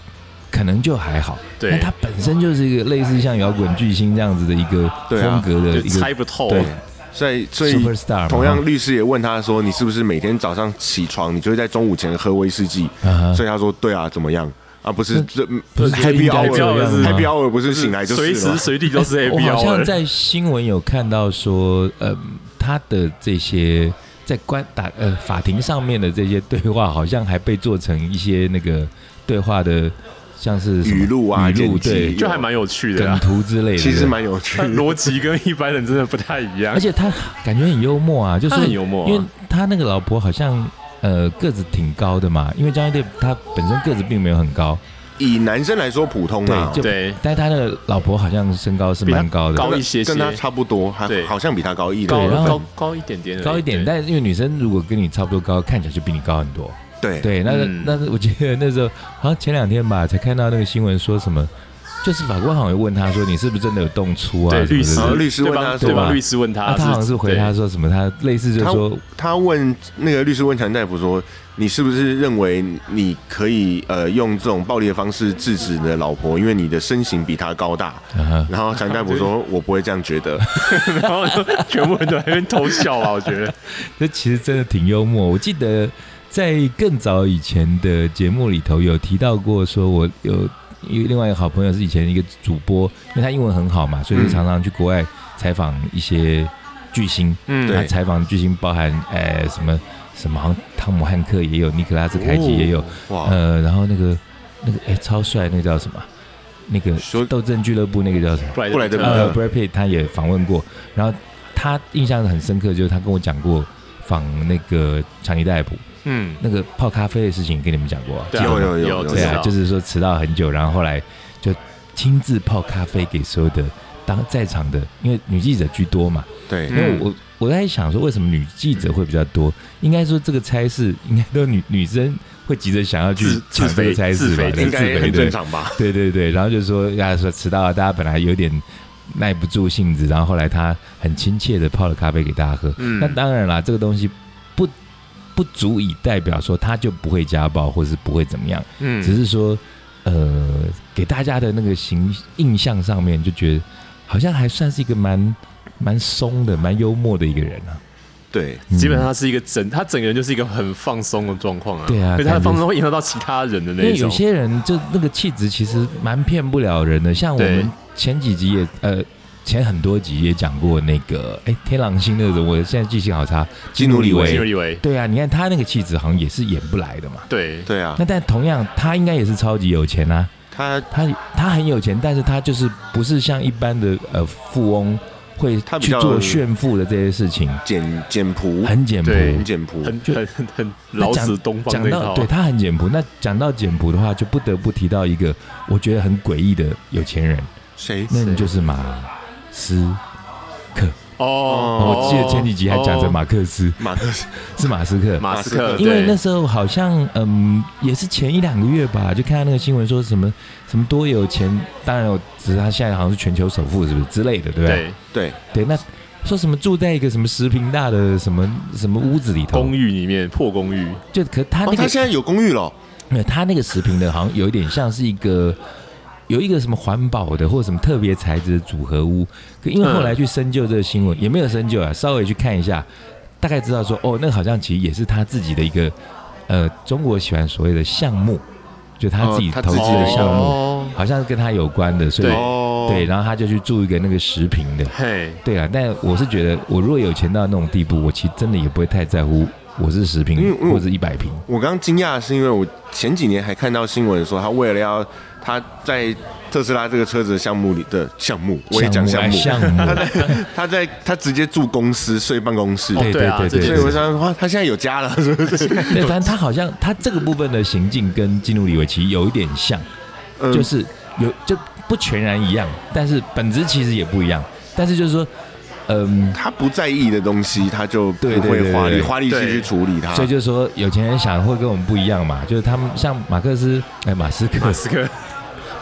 Speaker 3: 可能就还好。
Speaker 2: 对
Speaker 3: 那他本身就是一个类似像摇滚巨星这样子的一个
Speaker 1: 对啊
Speaker 3: 风格的
Speaker 2: 就
Speaker 3: 一个
Speaker 2: 猜不透，
Speaker 3: 对
Speaker 1: 所以所以
Speaker 3: superstar 嘛。
Speaker 1: 同样，律师也问他说：“你是不是每天早上起床，你就会在中午前喝威士忌
Speaker 3: 啊哈？”
Speaker 1: 所以他说：“对啊，怎么样？啊，不是这
Speaker 3: 不是
Speaker 1: Happy
Speaker 3: 应该这样
Speaker 1: Hour
Speaker 3: 吗
Speaker 1: Happy Hour 不是醒来就是
Speaker 2: 随
Speaker 1: 了
Speaker 2: 时
Speaker 1: 吗
Speaker 2: 随地都是
Speaker 3: 哎我
Speaker 2: Happy
Speaker 3: 好像
Speaker 2: Hour，
Speaker 3: 在新闻有看到说，呃，他的这些在官打呃法庭上面的这些对话，好像还被做成一些那个对话的，像是什么
Speaker 1: 语录啊
Speaker 3: 语
Speaker 1: 剪
Speaker 3: 录
Speaker 1: 辑
Speaker 3: 对，
Speaker 2: 就还蛮有趣的
Speaker 3: 梗
Speaker 2: 啊，
Speaker 3: 图之类的，
Speaker 1: 其实蛮有趣
Speaker 2: 但
Speaker 1: 的。
Speaker 2: *laughs* 逻辑跟一般人真的不太一样
Speaker 3: 而，且他感觉很幽默啊，就
Speaker 2: 他
Speaker 3: 是
Speaker 2: 很幽默啊，
Speaker 3: 因为他那个老婆好像呃个子挺高的嘛，因为张 o h 他本身个子并没有很高，
Speaker 1: 以男生来说普通啊
Speaker 3: 对，就
Speaker 2: 对
Speaker 3: 但是他的老婆好像身高是
Speaker 2: 比他
Speaker 3: 蛮高的，
Speaker 2: 高一些些
Speaker 1: 跟他差不多，还
Speaker 2: 对
Speaker 1: 好像比他高一
Speaker 2: 高
Speaker 1: 两
Speaker 3: 然后
Speaker 2: 高高一点点而已，
Speaker 3: 高一点，
Speaker 2: 对
Speaker 3: 但是因为女生如果跟你差不多高，看起来就比你高很多。
Speaker 1: 对
Speaker 3: 对，那个、
Speaker 2: 嗯
Speaker 3: 那是我记得那时候好像前两天吧，才看到那个新闻说什么，就是法官好像有问他说你是不是真的有动粗啊？
Speaker 2: 对
Speaker 3: 什么
Speaker 2: 律
Speaker 3: 之
Speaker 2: 师
Speaker 3: 类
Speaker 1: 然
Speaker 3: 的
Speaker 1: 后律师问他
Speaker 2: 对方对
Speaker 1: 说
Speaker 3: 吧
Speaker 2: 方律师问
Speaker 3: 啊，
Speaker 2: 他，
Speaker 3: 他好像是回他
Speaker 2: 对
Speaker 3: 说什么，他类似就是说，
Speaker 1: 他问那个律师问强大夫说：“你是不是认为你可以呃用这种暴力的方式制止你的老婆，因为你的身形比她高大？”
Speaker 3: 啊
Speaker 1: 然后强大夫说：“我不会这样觉得。”
Speaker 2: *laughs* 然
Speaker 1: *laughs*
Speaker 2: 后就全部人都在那边偷笑啊，我觉得
Speaker 3: 这其实真的挺幽默。我记得在更早以前的节目里头有提到过，说我有因为另外一个好朋友是以前一个主播，因为他英文很好嘛，所以就
Speaker 1: 嗯
Speaker 3: 常常去国外采访一些巨星。
Speaker 2: 嗯
Speaker 3: 他
Speaker 1: 对
Speaker 3: 采访巨星包含呃什么什么，好像汤姆汉克也有，尼克拉斯凯奇也有，
Speaker 1: 哇，
Speaker 3: 呃，然后那个那个哎超帅，那个叫什么？那个
Speaker 1: 说
Speaker 3: 斗争俱乐部那个叫什么？
Speaker 2: 布莱
Speaker 1: 布莱德
Speaker 2: 特
Speaker 1: 比特
Speaker 3: 呃，Brad Pitt 他也访问过，然后他印象很深刻，就是他跟我讲过访那个强尼戴普
Speaker 2: 嗯，
Speaker 3: 那个泡咖啡的事情，跟你们讲过、啊，
Speaker 2: 对啊
Speaker 1: 有有有
Speaker 2: 有
Speaker 1: 有
Speaker 2: 知
Speaker 3: 对啊
Speaker 2: 道，
Speaker 3: 就是说迟到很久，然后后来就亲自泡咖啡给所有的当在场的，因为女记者居多嘛，
Speaker 1: 对
Speaker 3: 因为
Speaker 2: 嗯
Speaker 3: 我我在想说，为什么女记者会比较多？应该说这个差事应该都是女女生会急着想要去
Speaker 2: 自
Speaker 3: 抢
Speaker 2: 自
Speaker 3: 这个
Speaker 2: 肥
Speaker 3: 差
Speaker 2: 自
Speaker 3: 事吧，
Speaker 2: 肥
Speaker 3: 对
Speaker 1: 应
Speaker 3: 自
Speaker 1: 该
Speaker 3: 肥
Speaker 1: 很
Speaker 3: 对
Speaker 1: 正常吧？
Speaker 3: 对对对，然后就说呀说迟到了，大家本来有点耐不住性子，然后后来他很亲切的泡了咖啡给大家喝。
Speaker 2: 嗯
Speaker 3: 那当然啦，这个东西不不足以代表说他就不会家暴，或是不会怎么样，
Speaker 2: 嗯
Speaker 3: 只是说呃，给大家的那个形印象上面就觉得好像还算是一个蛮蛮松的、蛮幽默的一个人啊。
Speaker 1: 对，
Speaker 3: 嗯
Speaker 2: 基本上他是一个整，他整个人就是一个很放松的状况啊。
Speaker 3: 对啊
Speaker 2: 而且他
Speaker 3: 感
Speaker 2: 的
Speaker 3: 觉
Speaker 2: 放松会影响到其他人的
Speaker 3: 因
Speaker 2: 那
Speaker 3: 为
Speaker 2: 一
Speaker 3: 有
Speaker 2: 种。
Speaker 3: 些人就那个气质其实蛮骗不了人的，像我
Speaker 2: 对
Speaker 3: 们前几集也呃前很多集也讲过那个哎天狼星那种，我现在记性好差，
Speaker 1: 基努里维
Speaker 2: 金以为
Speaker 3: 对啊，你看他那个气质好像也是演不来的嘛。
Speaker 2: 对
Speaker 1: 对啊
Speaker 3: 那，但同样，他应该也是超级有钱啊，
Speaker 1: 他
Speaker 3: 他他很有钱，但是他就是不是像一般的呃富翁会
Speaker 1: 他比
Speaker 3: 去
Speaker 1: 较
Speaker 3: 做炫富的这些事情，
Speaker 1: 简简朴，
Speaker 3: 很简朴。
Speaker 2: 对
Speaker 1: 很简朴，
Speaker 2: 很
Speaker 3: 就
Speaker 2: 很很很
Speaker 3: 那
Speaker 2: 老
Speaker 3: 讲
Speaker 2: 子东方
Speaker 3: 讲
Speaker 2: 那
Speaker 3: 到
Speaker 2: 套。啊
Speaker 3: 对他很简朴，那讲到简朴的话，就不得不提到一个我觉得很诡异的有钱人，
Speaker 1: 谁？
Speaker 3: 那你
Speaker 2: 谁
Speaker 3: 就是马斯。
Speaker 2: 哦，
Speaker 3: 我记得前几集还讲着马克思，
Speaker 1: 马克思
Speaker 3: 是马斯克。
Speaker 2: 哦马斯克，
Speaker 1: 马斯克
Speaker 3: 因为
Speaker 2: 对
Speaker 3: 那时候好像，嗯，也是前一两个月吧，就看到那个新闻说什么什么多有钱，当然我只是他现在好像是全球首富，是不是之类的，对不对？
Speaker 2: 对
Speaker 1: 对，哦
Speaker 3: 对，那说什么住在一个什么十平大的什么什么屋子里头
Speaker 2: 公，寓里面破公寓，
Speaker 3: 就可他
Speaker 1: 哦，
Speaker 3: 那个
Speaker 1: 他现在有公寓了，
Speaker 3: 没有，他那个食品的，好像有一点像是一个有一个什么环保的或者什么特别材质的组合屋。可因为后来去深究这个新闻，也没有深究啊，稍微去看一下，大概知道说，哦，那个好像其实也是他自己的一个呃，中国喜欢所谓的项目，就他自己
Speaker 1: 哦他
Speaker 3: 投
Speaker 1: 自
Speaker 3: 资
Speaker 1: 己的
Speaker 3: 的项目，
Speaker 2: 哦，
Speaker 3: 好像是跟他有关的，所以
Speaker 2: 对
Speaker 1: 哦，
Speaker 3: 对，然后他就去住一个那个食品的。
Speaker 2: 嘿，
Speaker 3: 对啊，但我是觉得，我如果有钱到那种地步，我其实真的也不会太在乎我是十
Speaker 1: 因为
Speaker 3: 平
Speaker 1: 因为
Speaker 3: 或者一百平。
Speaker 1: 我刚刚惊讶的是因为我前几年还看到新闻说，他为了要他在特斯拉这个车子的项目里的项目，我也讲项目，
Speaker 3: 项目哎项目，
Speaker 1: *laughs* 他在他直接住公司睡办公室，
Speaker 3: 对
Speaker 2: 对啊
Speaker 3: 对
Speaker 2: 这
Speaker 3: 对
Speaker 1: 所
Speaker 2: 件
Speaker 1: 以
Speaker 2: 事
Speaker 1: 我想哇，他现在有家了， *laughs* 是不是？
Speaker 3: 对，反正他好像他这个部分的行径跟基努里维奇有一点像，
Speaker 1: 嗯
Speaker 3: 就是有就不全然一样，但是本质其实也不一样。但是就是说，嗯，
Speaker 1: 他不在意的东西，他就不
Speaker 3: 对对
Speaker 1: 会
Speaker 3: 对
Speaker 1: 花
Speaker 3: 对
Speaker 1: 力
Speaker 3: 对
Speaker 1: 花力气
Speaker 2: 对
Speaker 1: 去处理它。
Speaker 3: 所以就是说有钱人想会跟我们不一样嘛，就是他们像马克思，哎，马斯克，
Speaker 2: 马斯克，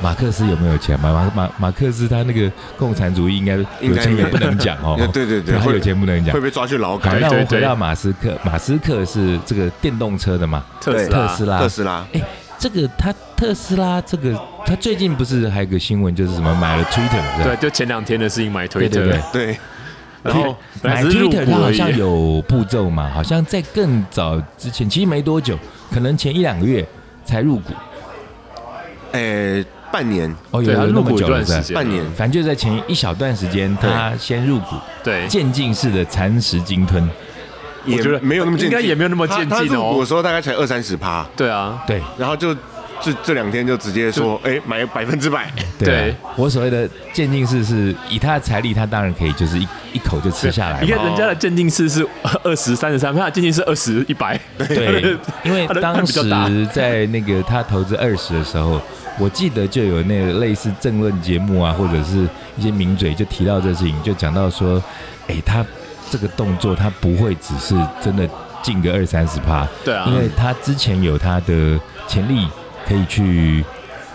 Speaker 3: 马克思有没有钱嘛？马马马克思他那个共产主义应该有
Speaker 1: 应该，
Speaker 3: 钱也不能讲哦
Speaker 1: *laughs* 对对对
Speaker 3: 他
Speaker 1: 会
Speaker 3: 有钱不能讲
Speaker 1: 会。被抓去劳
Speaker 3: 好，
Speaker 1: 改。
Speaker 3: 那我们
Speaker 2: 对对
Speaker 3: 回到马斯克，马斯克是这个电动车的嘛，
Speaker 2: 啊特斯
Speaker 3: 特
Speaker 2: 拉，
Speaker 3: 斯拉，
Speaker 1: 特斯拉，
Speaker 3: 这个他特斯拉这个，他最近不是还有个新闻，就是什么买了 Twitter，是吧
Speaker 2: 对，就前两天的事情买推
Speaker 3: 对对
Speaker 2: 特
Speaker 3: 对，
Speaker 1: 对，
Speaker 2: 然后本
Speaker 3: 买
Speaker 2: 来只是入
Speaker 3: Twitter
Speaker 2: 股
Speaker 3: 它好
Speaker 2: 而已
Speaker 3: 像有步骤嘛，好像在更早之前，其实没多久，可能前一两个月才入股。
Speaker 1: 诶，半年，
Speaker 3: 哦，有
Speaker 2: 对，他
Speaker 3: 有那
Speaker 2: 入
Speaker 3: 么
Speaker 2: 股一
Speaker 3: 久了
Speaker 2: 段时
Speaker 3: 是吧？
Speaker 2: 间，
Speaker 1: 半年，
Speaker 3: 反正就在前一小段时间，他先入股，
Speaker 2: 对，
Speaker 3: 渐进式的蚕食鲸吞。
Speaker 2: 我觉得
Speaker 1: 没有那么
Speaker 2: 应
Speaker 1: 渐进，
Speaker 2: 该也没有那么渐进哦
Speaker 1: 他他入股的时候大概才二三十趴，
Speaker 2: 对啊，
Speaker 3: 对
Speaker 1: 然后就这这两天就直接说，哎，买百分之百，
Speaker 3: 对
Speaker 2: 对
Speaker 3: 啊，我所谓的渐进式是以他的财力，他当然可以就是一一口就吃下来
Speaker 2: 你
Speaker 3: 嘛。
Speaker 2: 看人家的鉴定师是二十三十三，他的鉴定是二十一百，
Speaker 3: 对，因为
Speaker 2: 他的他
Speaker 3: 当
Speaker 2: 比较大
Speaker 3: 时在那个他投资二十的时候，我记得就有那个类似政论节目啊，或者是一些名嘴就提到这事情，就讲到说，哎，他这个动作他不会只是真的进个二三十趴，
Speaker 2: 对啊
Speaker 3: 因，为他之前有他的潜力可以去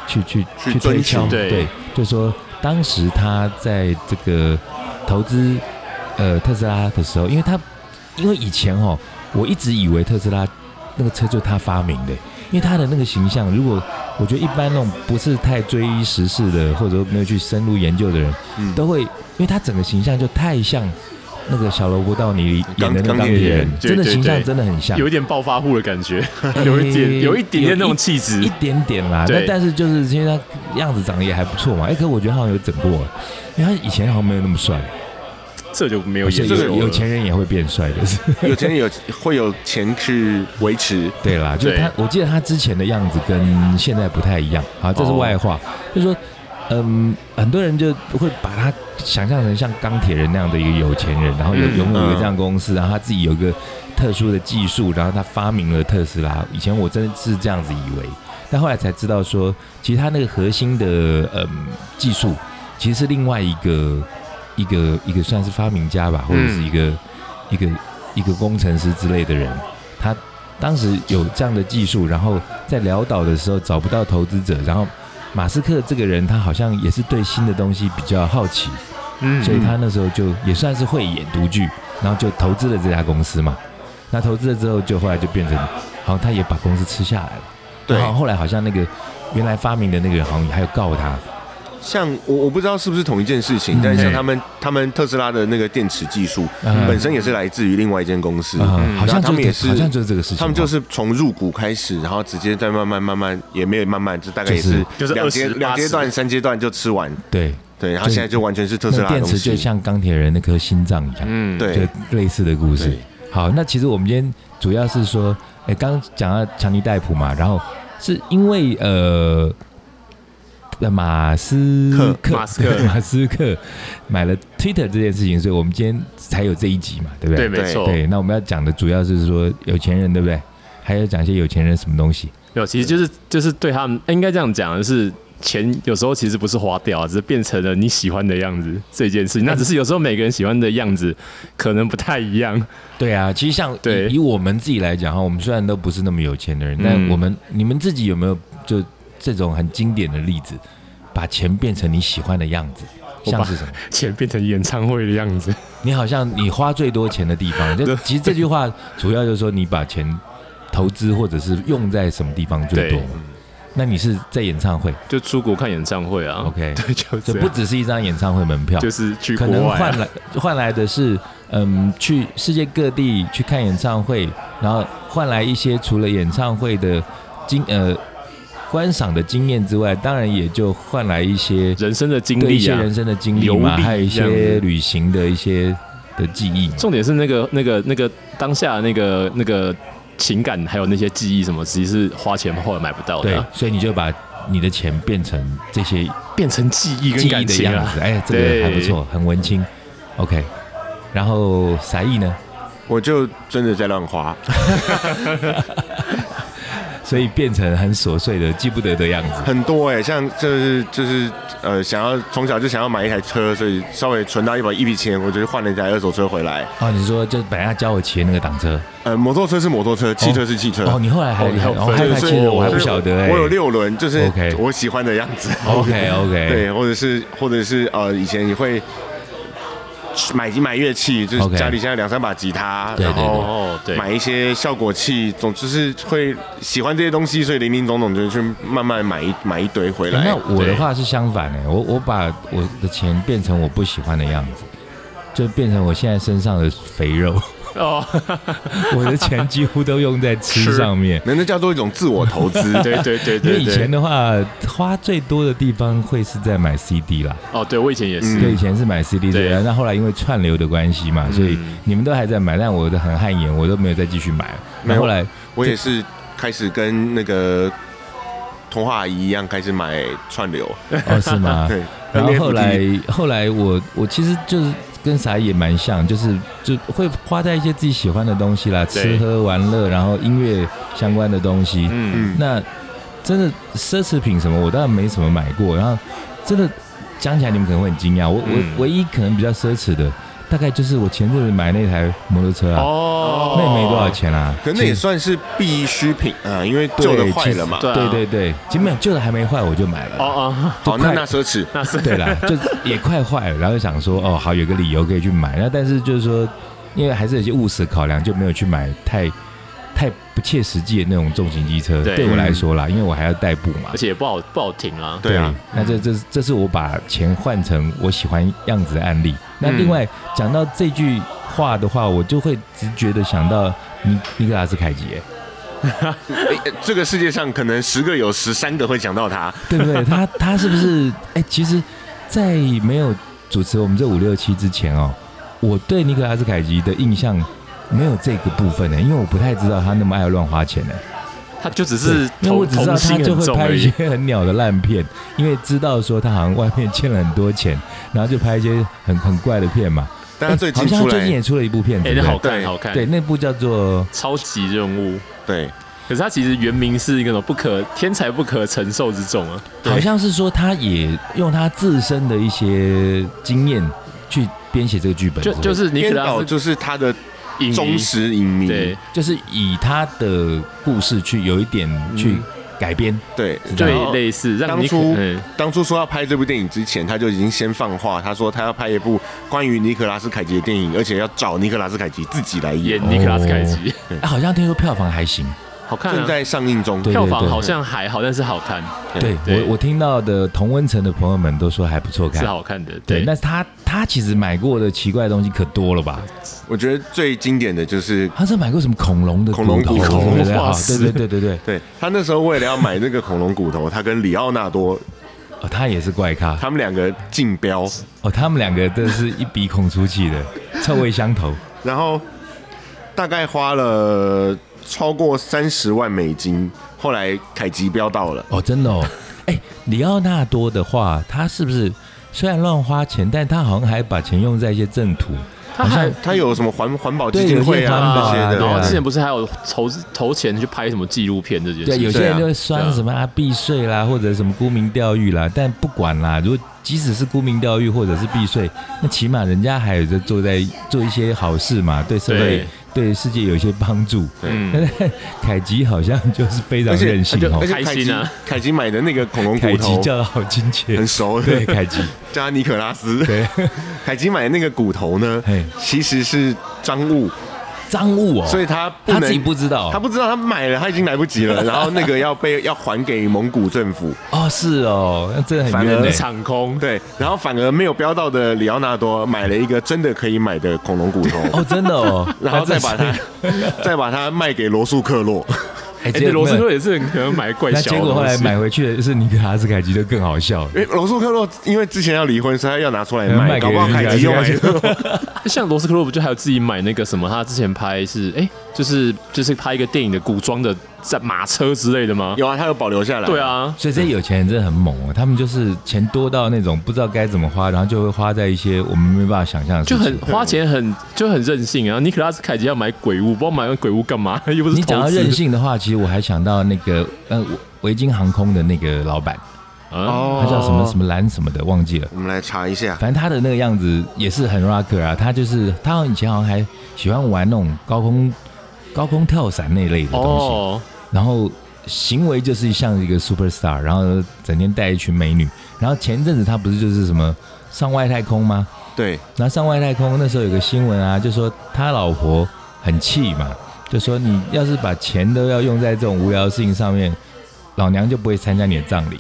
Speaker 3: 去去
Speaker 1: 去
Speaker 3: 推
Speaker 1: 争取
Speaker 3: 敲，
Speaker 2: 对
Speaker 3: 对，就说当时他在这个投资呃特斯拉的时候，因为他因为以前哦，我一直以为特斯拉那个车就是他发明的，因为他的那个形象，如果我觉得一般那种不是太追时事的，或者说没有去深入研究的人，
Speaker 1: 嗯
Speaker 3: 都会因为他整个形象就太像那个小萝卜到你里演
Speaker 1: 钢
Speaker 3: 的那个
Speaker 1: 钢
Speaker 3: 钢
Speaker 1: 铁
Speaker 3: 铁
Speaker 1: 人
Speaker 3: 人，
Speaker 2: 对
Speaker 3: 真的
Speaker 2: 对
Speaker 3: 形象
Speaker 2: 对
Speaker 3: 真的很像，
Speaker 2: 有一点暴发户的感觉， *laughs* 有一点有一点点那种气质
Speaker 3: 一，点点啦。
Speaker 2: 对
Speaker 3: 那但是就是因为他样子长得也还不错嘛，哎，可我觉得他好像有整过，因为他以前好像没有那么帅，
Speaker 2: 这就没有
Speaker 3: 而且
Speaker 2: 研究
Speaker 1: 这个
Speaker 3: 有
Speaker 2: 了
Speaker 3: 有钱人也会变帅的，是 *laughs*
Speaker 1: 有钱人有会有钱去维持，
Speaker 3: 对啦，就是
Speaker 2: 对
Speaker 3: 他，我记得他之前的样子跟现在不太一样，好，这是
Speaker 2: 哦
Speaker 3: 外话，就是说。嗯，很多人就会把他想象成像钢铁人那样的一个有钱人，然后有
Speaker 1: 嗯
Speaker 3: 拥有一个这
Speaker 1: 嗯
Speaker 3: 样公司，然后他自己有一个特殊的技术，然后他发明了特斯拉。以前我真的是这样子以为，但后来才知道说，其实他那个核心的嗯技术，其实是另外一个一个一个算是发明家吧，或者是一个、一个一个工程师之类的人，他当时有这样的技术，然后在潦倒的时候找不到投资者，然后马斯克这个人他好像也是对新的东西比较好奇，
Speaker 2: 嗯
Speaker 3: 所以他那时候就也算是慧眼独具，然后就投资了这家公司嘛。那投资了之后，就后来就变成，好像他也把公司吃下来了。
Speaker 1: 对
Speaker 3: 然后后来好像那个原来发明的那个人好像还有告他，
Speaker 1: 像我我不知道是不是同一件事情，
Speaker 3: 嗯
Speaker 1: 但是像
Speaker 2: 嗯
Speaker 1: 他们他们特斯拉的那个电池技术
Speaker 3: 嗯
Speaker 1: 本身也是来自于另外一间公司，
Speaker 3: 啊、
Speaker 2: 嗯
Speaker 3: 好
Speaker 1: 然
Speaker 3: 像
Speaker 1: 后他们
Speaker 3: 就
Speaker 1: 也
Speaker 3: 是
Speaker 1: 是
Speaker 3: 好像就是这个事情，
Speaker 1: 他们就是从入股开始，然后直接再慢慢慢慢，也没有慢慢，就大概也是
Speaker 2: 就是
Speaker 1: 两阶
Speaker 2: 20
Speaker 1: 两阶段
Speaker 2: 80
Speaker 1: 三阶段就吃完，
Speaker 3: 对，
Speaker 1: 对，然后
Speaker 3: 就
Speaker 1: 现在就完全是特斯
Speaker 3: 那
Speaker 1: 拉的
Speaker 3: 电
Speaker 1: 东
Speaker 3: 池
Speaker 1: 西，
Speaker 3: 就像钢铁人那颗心脏一样，
Speaker 2: 嗯
Speaker 1: 对
Speaker 3: 就类似的故事
Speaker 1: 对。
Speaker 3: 好，那其实我们今天主要是说，哎，刚刚讲到强尼戴普嘛，然后是因为呃。呃马斯
Speaker 1: 克
Speaker 3: 克，
Speaker 2: 马斯克
Speaker 3: 对 *laughs* 马斯克买了 Twitter 这件事情，所以我们今天才有这一集嘛，对不
Speaker 2: 对
Speaker 3: 对？
Speaker 2: 没错，
Speaker 3: 对，那我们要讲的主要是说有钱人，对不对？还要讲一些有钱人什么东西。
Speaker 2: 没有，其实就是就是对他们应该这样讲的是。钱有时候其实不是花掉，只是变成了你喜欢的样子这件事情。那只是有时候每个人喜欢的样子可能不太一样。
Speaker 3: 对啊，其实像以
Speaker 2: 对
Speaker 3: 以我们自己来讲哈，我们虽然都不是那么有钱的人，
Speaker 2: 嗯
Speaker 3: 但我们你们自己有没有就这种很经典的例子，把钱变成你喜欢的样子？
Speaker 2: 我把
Speaker 3: 像是什么？
Speaker 2: 钱变成演唱会的样子，
Speaker 3: 你好像你花最多钱的地方，就
Speaker 2: *laughs* 对
Speaker 3: 其实这句话主要就是说你把钱投资或者是用在什么地方最多
Speaker 2: 对
Speaker 3: 嘛？那你是在演唱会
Speaker 2: 就出国看演唱会啊。
Speaker 3: *laughs* ，OK？
Speaker 2: 对，就
Speaker 3: 这
Speaker 2: 这
Speaker 3: 不
Speaker 2: 样，
Speaker 3: 只是一张演唱会门票，
Speaker 2: 就是去
Speaker 3: 可
Speaker 2: 国
Speaker 3: 能
Speaker 2: 外、
Speaker 3: 换
Speaker 2: 啊。
Speaker 3: 来换来的是，嗯，去世界各地去看演唱会，然后换来一些除了演唱会的经呃观赏的经验之外，当然也就换来一些
Speaker 2: 人生的经
Speaker 3: 对一
Speaker 2: 历
Speaker 3: 些
Speaker 2: 啊
Speaker 3: 人。生的经历
Speaker 2: 游
Speaker 3: 嘛，
Speaker 2: 历
Speaker 3: 还有一
Speaker 2: 这样
Speaker 3: 些
Speaker 2: 子
Speaker 3: 旅行的一些的记忆嘛。
Speaker 2: 重点是那个那个那个当下的那个那个情感，还有那些记忆什么，其实是花钱后来买不到的
Speaker 3: 对
Speaker 2: 啊、，
Speaker 3: 所以你就把你的钱变成这些
Speaker 2: 变成记忆跟
Speaker 3: 记忆
Speaker 2: 感
Speaker 3: 的
Speaker 2: 情
Speaker 3: 样
Speaker 2: 啊。
Speaker 3: 子，哎，这
Speaker 2: 对
Speaker 3: 个还不错，很文青。OK，然后撒意呢？
Speaker 1: 我就真的在乱花，
Speaker 3: 所以变成很琐碎的、记不得的样子。
Speaker 1: 很多哎、像就是就是呃，想要从小就想要买一台车，所以稍微存到一把一笔钱，我就换了一台二手车回来。
Speaker 3: 哦，你说就本来要教我骑的那个挡车，
Speaker 1: 呃，摩托车是摩托车，汽车是汽车。
Speaker 3: 哦，你后来还
Speaker 2: 哦你
Speaker 3: 还
Speaker 2: 还有
Speaker 3: 哦
Speaker 2: 分
Speaker 3: 还
Speaker 2: 对
Speaker 3: 还
Speaker 2: 所
Speaker 3: 骑
Speaker 2: 以
Speaker 3: 了，
Speaker 2: 我
Speaker 3: 我还不
Speaker 2: 是
Speaker 3: 晓得哎。
Speaker 1: 我有六轮，就是
Speaker 3: OK 哎
Speaker 1: 我喜欢的样子。
Speaker 3: OK OK，
Speaker 1: 对，或者是或者是呃，以前也会买买乐器，就是
Speaker 3: OK
Speaker 1: 家里现在两三把吉他，
Speaker 3: 对对
Speaker 1: 然后
Speaker 2: 哦，对，
Speaker 1: 买一些效果器，总之是会喜欢这些东西，所以零零总总就去慢慢买一买一堆回
Speaker 3: 哎
Speaker 1: 来
Speaker 3: 那。我的话是相反哎，我我把我的钱变成我不喜欢的样子，就变成我现在身上的肥肉， *laughs*
Speaker 2: 哦， *laughs*
Speaker 3: 我的钱几乎都用在吃
Speaker 2: 吃。
Speaker 3: 上面。
Speaker 1: 那那叫做一种自我投资
Speaker 2: 对对对
Speaker 3: 因为
Speaker 2: 对
Speaker 3: 以
Speaker 2: 对
Speaker 3: 前。的话，花最多的地方会是在买 CD 啦，
Speaker 2: 哦，对我以前也是。
Speaker 1: 嗯
Speaker 3: 对，以前是买 CD
Speaker 2: 对
Speaker 3: 的，那后来因为串流的关系嘛，所以
Speaker 2: 嗯
Speaker 3: 你们都还在买，但我都很汗颜，我都没有再继续买了。
Speaker 1: 没
Speaker 3: 那
Speaker 1: 有
Speaker 3: 后来
Speaker 1: 我也是开始跟那个童话阿姨一样，开始买串流。
Speaker 3: 哦，是
Speaker 1: *laughs*
Speaker 3: 吗？
Speaker 1: 对，
Speaker 3: 然后
Speaker 1: NFT
Speaker 3: 后来后来我我其实就是跟啥也蛮像，就是就会花在一些自己喜欢的东西啦，吃
Speaker 2: 对
Speaker 3: 喝玩乐，然后音乐相关的东西。
Speaker 1: 嗯，
Speaker 2: 嗯，
Speaker 3: 那真的奢侈品什么，我当然没什么买过。然后真的讲起来，你们可能会很惊讶，我我、
Speaker 2: 嗯
Speaker 3: 唯一可能比较奢侈的，大概就是我前阵子买那台摩托
Speaker 1: 嗯
Speaker 3: 车啊，
Speaker 2: 哦，
Speaker 3: 那也没多少。钱啦、
Speaker 1: 可那也
Speaker 3: 其实
Speaker 1: 算是必需品啊，因为旧的坏了嘛。
Speaker 2: 对啊
Speaker 3: 对对对，其实没有旧的还没坏，我就买了。
Speaker 2: 哦哦，
Speaker 3: 就
Speaker 1: 好，那
Speaker 3: 快
Speaker 1: 那奢侈。
Speaker 2: 那是
Speaker 3: *laughs*
Speaker 1: *laughs*
Speaker 3: 对啦，就也快坏了，然后就想说，哦，好，有个理由可以去买。那但是就是说，因为还是有些务实考量，就没有去买太太不切实际的那种重型机车。
Speaker 2: 对
Speaker 3: 我来说啦，因为我还要代步嘛
Speaker 2: 而。且也不好不好停啊。
Speaker 1: 对啊，
Speaker 3: 那这这
Speaker 1: 嗯
Speaker 3: 这是我把钱换成我喜欢样子的案例。那另外讲到这句话的话，我就会直觉的想到尼尼克拉斯凯奇，哎
Speaker 1: 诶这个世界上可能十个有十三个会讲到他， *laughs*
Speaker 3: 对不对？他他是不是？哎、其实，在没有主持我们这五六期之前哦，我对尼克拉斯凯奇的印象没有这个部分呢，因为我不太知道他那么爱乱花钱呢。
Speaker 2: 他就只是
Speaker 3: 因为我
Speaker 2: 同
Speaker 3: 只知道
Speaker 2: 同
Speaker 3: 他
Speaker 2: 心
Speaker 3: 就
Speaker 2: 很
Speaker 3: 会
Speaker 2: 重
Speaker 3: 拍
Speaker 2: 而
Speaker 3: 一
Speaker 2: 已。
Speaker 3: 些很鸟的烂片，因为知道说他好像外面欠了很多钱，然后就拍一些很很怪的片嘛。哎
Speaker 1: 但他最近
Speaker 3: 好像
Speaker 1: 出
Speaker 3: 他最近
Speaker 1: 来
Speaker 3: 也出了一部片子，
Speaker 2: 哎、
Speaker 3: 对
Speaker 2: 那
Speaker 3: 不
Speaker 2: 好
Speaker 3: 对
Speaker 2: 看，
Speaker 1: 对
Speaker 2: 好看，
Speaker 3: 对，，那部叫做
Speaker 2: 超级任务。
Speaker 1: 对
Speaker 2: 可是他其实原名是一个不可天才不可承受之重啊，
Speaker 1: 对
Speaker 3: 好像是说他也用他自身的一些经验去编写这个剧本之
Speaker 2: 就
Speaker 3: 类的，
Speaker 2: 就是尼
Speaker 1: 编
Speaker 2: 克拉
Speaker 1: 导
Speaker 2: 斯
Speaker 1: 就是他的
Speaker 2: 影迷
Speaker 1: 忠实影迷，
Speaker 2: 对
Speaker 3: 就是以他的故事去有一点去改编，
Speaker 1: 对
Speaker 3: 是这样
Speaker 2: 对，类似让
Speaker 1: 当
Speaker 2: 尼克
Speaker 1: 初
Speaker 2: 嗯
Speaker 1: 当初说要拍这部电影之前，他就已经先放话，他说他要拍一部关于尼可拉斯凯奇的电影，而且要找尼可拉斯凯奇自己来演
Speaker 2: 演。尼克拉斯凯奇，
Speaker 3: 啊好像听说票房还行。
Speaker 2: 好看
Speaker 1: 正
Speaker 2: 啊。
Speaker 1: 在上映中，
Speaker 3: 对
Speaker 2: 票房好像还好，但是好看
Speaker 1: 对
Speaker 3: 对
Speaker 2: 对
Speaker 3: 我我听到的同温层的朋友们都说还不错看
Speaker 2: 是。好看的，
Speaker 3: 对
Speaker 2: 对，，
Speaker 3: 但是他他其实买过的奇怪的东西可多了吧？
Speaker 1: 我觉得最经典的就是，
Speaker 3: 他是买过什么恐龙的
Speaker 1: 恐龙
Speaker 3: 骨
Speaker 1: 骨
Speaker 3: 头
Speaker 1: 头
Speaker 3: 对对
Speaker 2: 哇
Speaker 3: 啊
Speaker 2: 塞
Speaker 3: 对对对对对，
Speaker 1: 对他那时候为了要买那个恐龙骨头，他跟里奥纳多
Speaker 3: 哦，他也是怪咖
Speaker 1: 他们两个竞标，
Speaker 3: 哦，他们两个都是一鼻孔出气的，臭味相投。
Speaker 1: 然后大概花了超过三十万美金，后来凯奇标到了。
Speaker 3: 哦，真的哦。哎，里奥纳多的话，他是不是虽然乱花钱，但他好像还把钱用在一些正途，
Speaker 2: 他
Speaker 3: 好
Speaker 2: 还
Speaker 3: 像
Speaker 1: 他有什么环环保基金会啊那些
Speaker 3: 对有些环保啊
Speaker 1: 的，
Speaker 2: 然后
Speaker 3: 对啊
Speaker 2: 之前不是还有投投钱去拍什么纪录片这件
Speaker 3: 对，有些
Speaker 2: 事情？
Speaker 1: 对啊
Speaker 3: 人就会酸什么啊避税啦，或者什么沽名钓誉啦，但不管啦，如果即使是沽名钓誉或者是避税，那起码人家还有在做在做一些好事嘛，对社会
Speaker 2: 对
Speaker 3: 对世界有一些帮助。
Speaker 2: 嗯，
Speaker 3: 但是 *laughs* 凯吉好像就是非常
Speaker 1: 而且
Speaker 3: 任性
Speaker 2: 他
Speaker 3: 哦
Speaker 1: 而，且
Speaker 2: 开
Speaker 1: 凯奇
Speaker 2: 心啊
Speaker 1: 凯奇买的那个恐龙
Speaker 3: 凯
Speaker 1: 骨
Speaker 3: 吉
Speaker 1: 头
Speaker 3: 叫的好亲切
Speaker 1: 很，熟，
Speaker 3: 对，
Speaker 1: *laughs*
Speaker 3: 凯吉，
Speaker 1: 加尼可拉斯。
Speaker 3: 对，
Speaker 1: *laughs* 凯奇买的那个骨头呢
Speaker 3: 嘿，
Speaker 1: 其实是赃物，
Speaker 3: 赃物哦，
Speaker 1: 所以他不
Speaker 3: 他
Speaker 1: 能
Speaker 3: 自己不知道，
Speaker 1: 他不知道他买了，他已经来不及
Speaker 3: *laughs*
Speaker 1: 了。然后那个要被要还给蒙古政府，
Speaker 3: 哦是哦，那真的
Speaker 1: 反
Speaker 3: 很冤
Speaker 1: 而
Speaker 3: 呢
Speaker 1: 对。
Speaker 2: 场空，
Speaker 1: 对，然后反而没有标到的里奥纳多买了一个真的可以买的恐龙骨
Speaker 3: *laughs*
Speaker 1: 头，
Speaker 3: 哦，真的哦，
Speaker 1: *laughs* 然后再
Speaker 3: 那这
Speaker 1: 把
Speaker 3: 是
Speaker 1: 它再把它卖给罗素克
Speaker 3: *laughs*
Speaker 1: 洛。
Speaker 3: 哎，
Speaker 2: 哎，
Speaker 3: 结
Speaker 2: 对，罗
Speaker 3: 果
Speaker 2: 斯科也是很可能买怪
Speaker 3: 那
Speaker 2: 小的
Speaker 3: 结果后来
Speaker 2: 东西
Speaker 3: 买回去的是尼克拉斯凯吉，就更好笑了
Speaker 1: 因。为罗素克洛因为之前要离婚，所以他要拿出来
Speaker 3: 卖
Speaker 1: 卖，
Speaker 3: 给
Speaker 1: 搞不好凯奇又买了。
Speaker 2: 像罗斯克洛不就还有自己买那个什么？他之前拍是哎、就是就是拍一个电影的古装的战马车之类的吗？
Speaker 1: *laughs* 有啊，他有保留下来。
Speaker 2: 对，啊，
Speaker 3: 所以这些有钱人真的很猛哦，他们就是钱多到那种不知道该怎么花，然后就会花在一些我们没办法想象的事
Speaker 2: 就
Speaker 3: 情。
Speaker 2: 很花钱很就很任性啊。尼克拉斯凯奇要买鬼屋，不知道买鬼屋干嘛， *laughs* 又不是
Speaker 3: 你讲
Speaker 2: 投
Speaker 3: 到
Speaker 2: 资
Speaker 3: 任性的话，其实我还想到那个呃维京航空的那个老板，
Speaker 2: 啊。
Speaker 1: 哦
Speaker 3: 他叫什么什么兰什么的，忘记了。
Speaker 1: 我们来查一下，
Speaker 3: 反正他的那个样子也是很 rocker 啊，他就是他好像以前好像还喜欢玩那种高空高空跳伞那一类的东西，
Speaker 2: 哦，
Speaker 3: 然后行为就是像一个 super star，然后整天带一群美女。然后前阵子他不是就是什么上外太空吗？
Speaker 1: 对，
Speaker 3: 然后上外太空那时候有个新闻啊，就说他老婆很气嘛，就说你要是把钱都要用在这种无聊的事情上面，老娘就不会参加你的葬
Speaker 1: *laughs*
Speaker 3: 礼。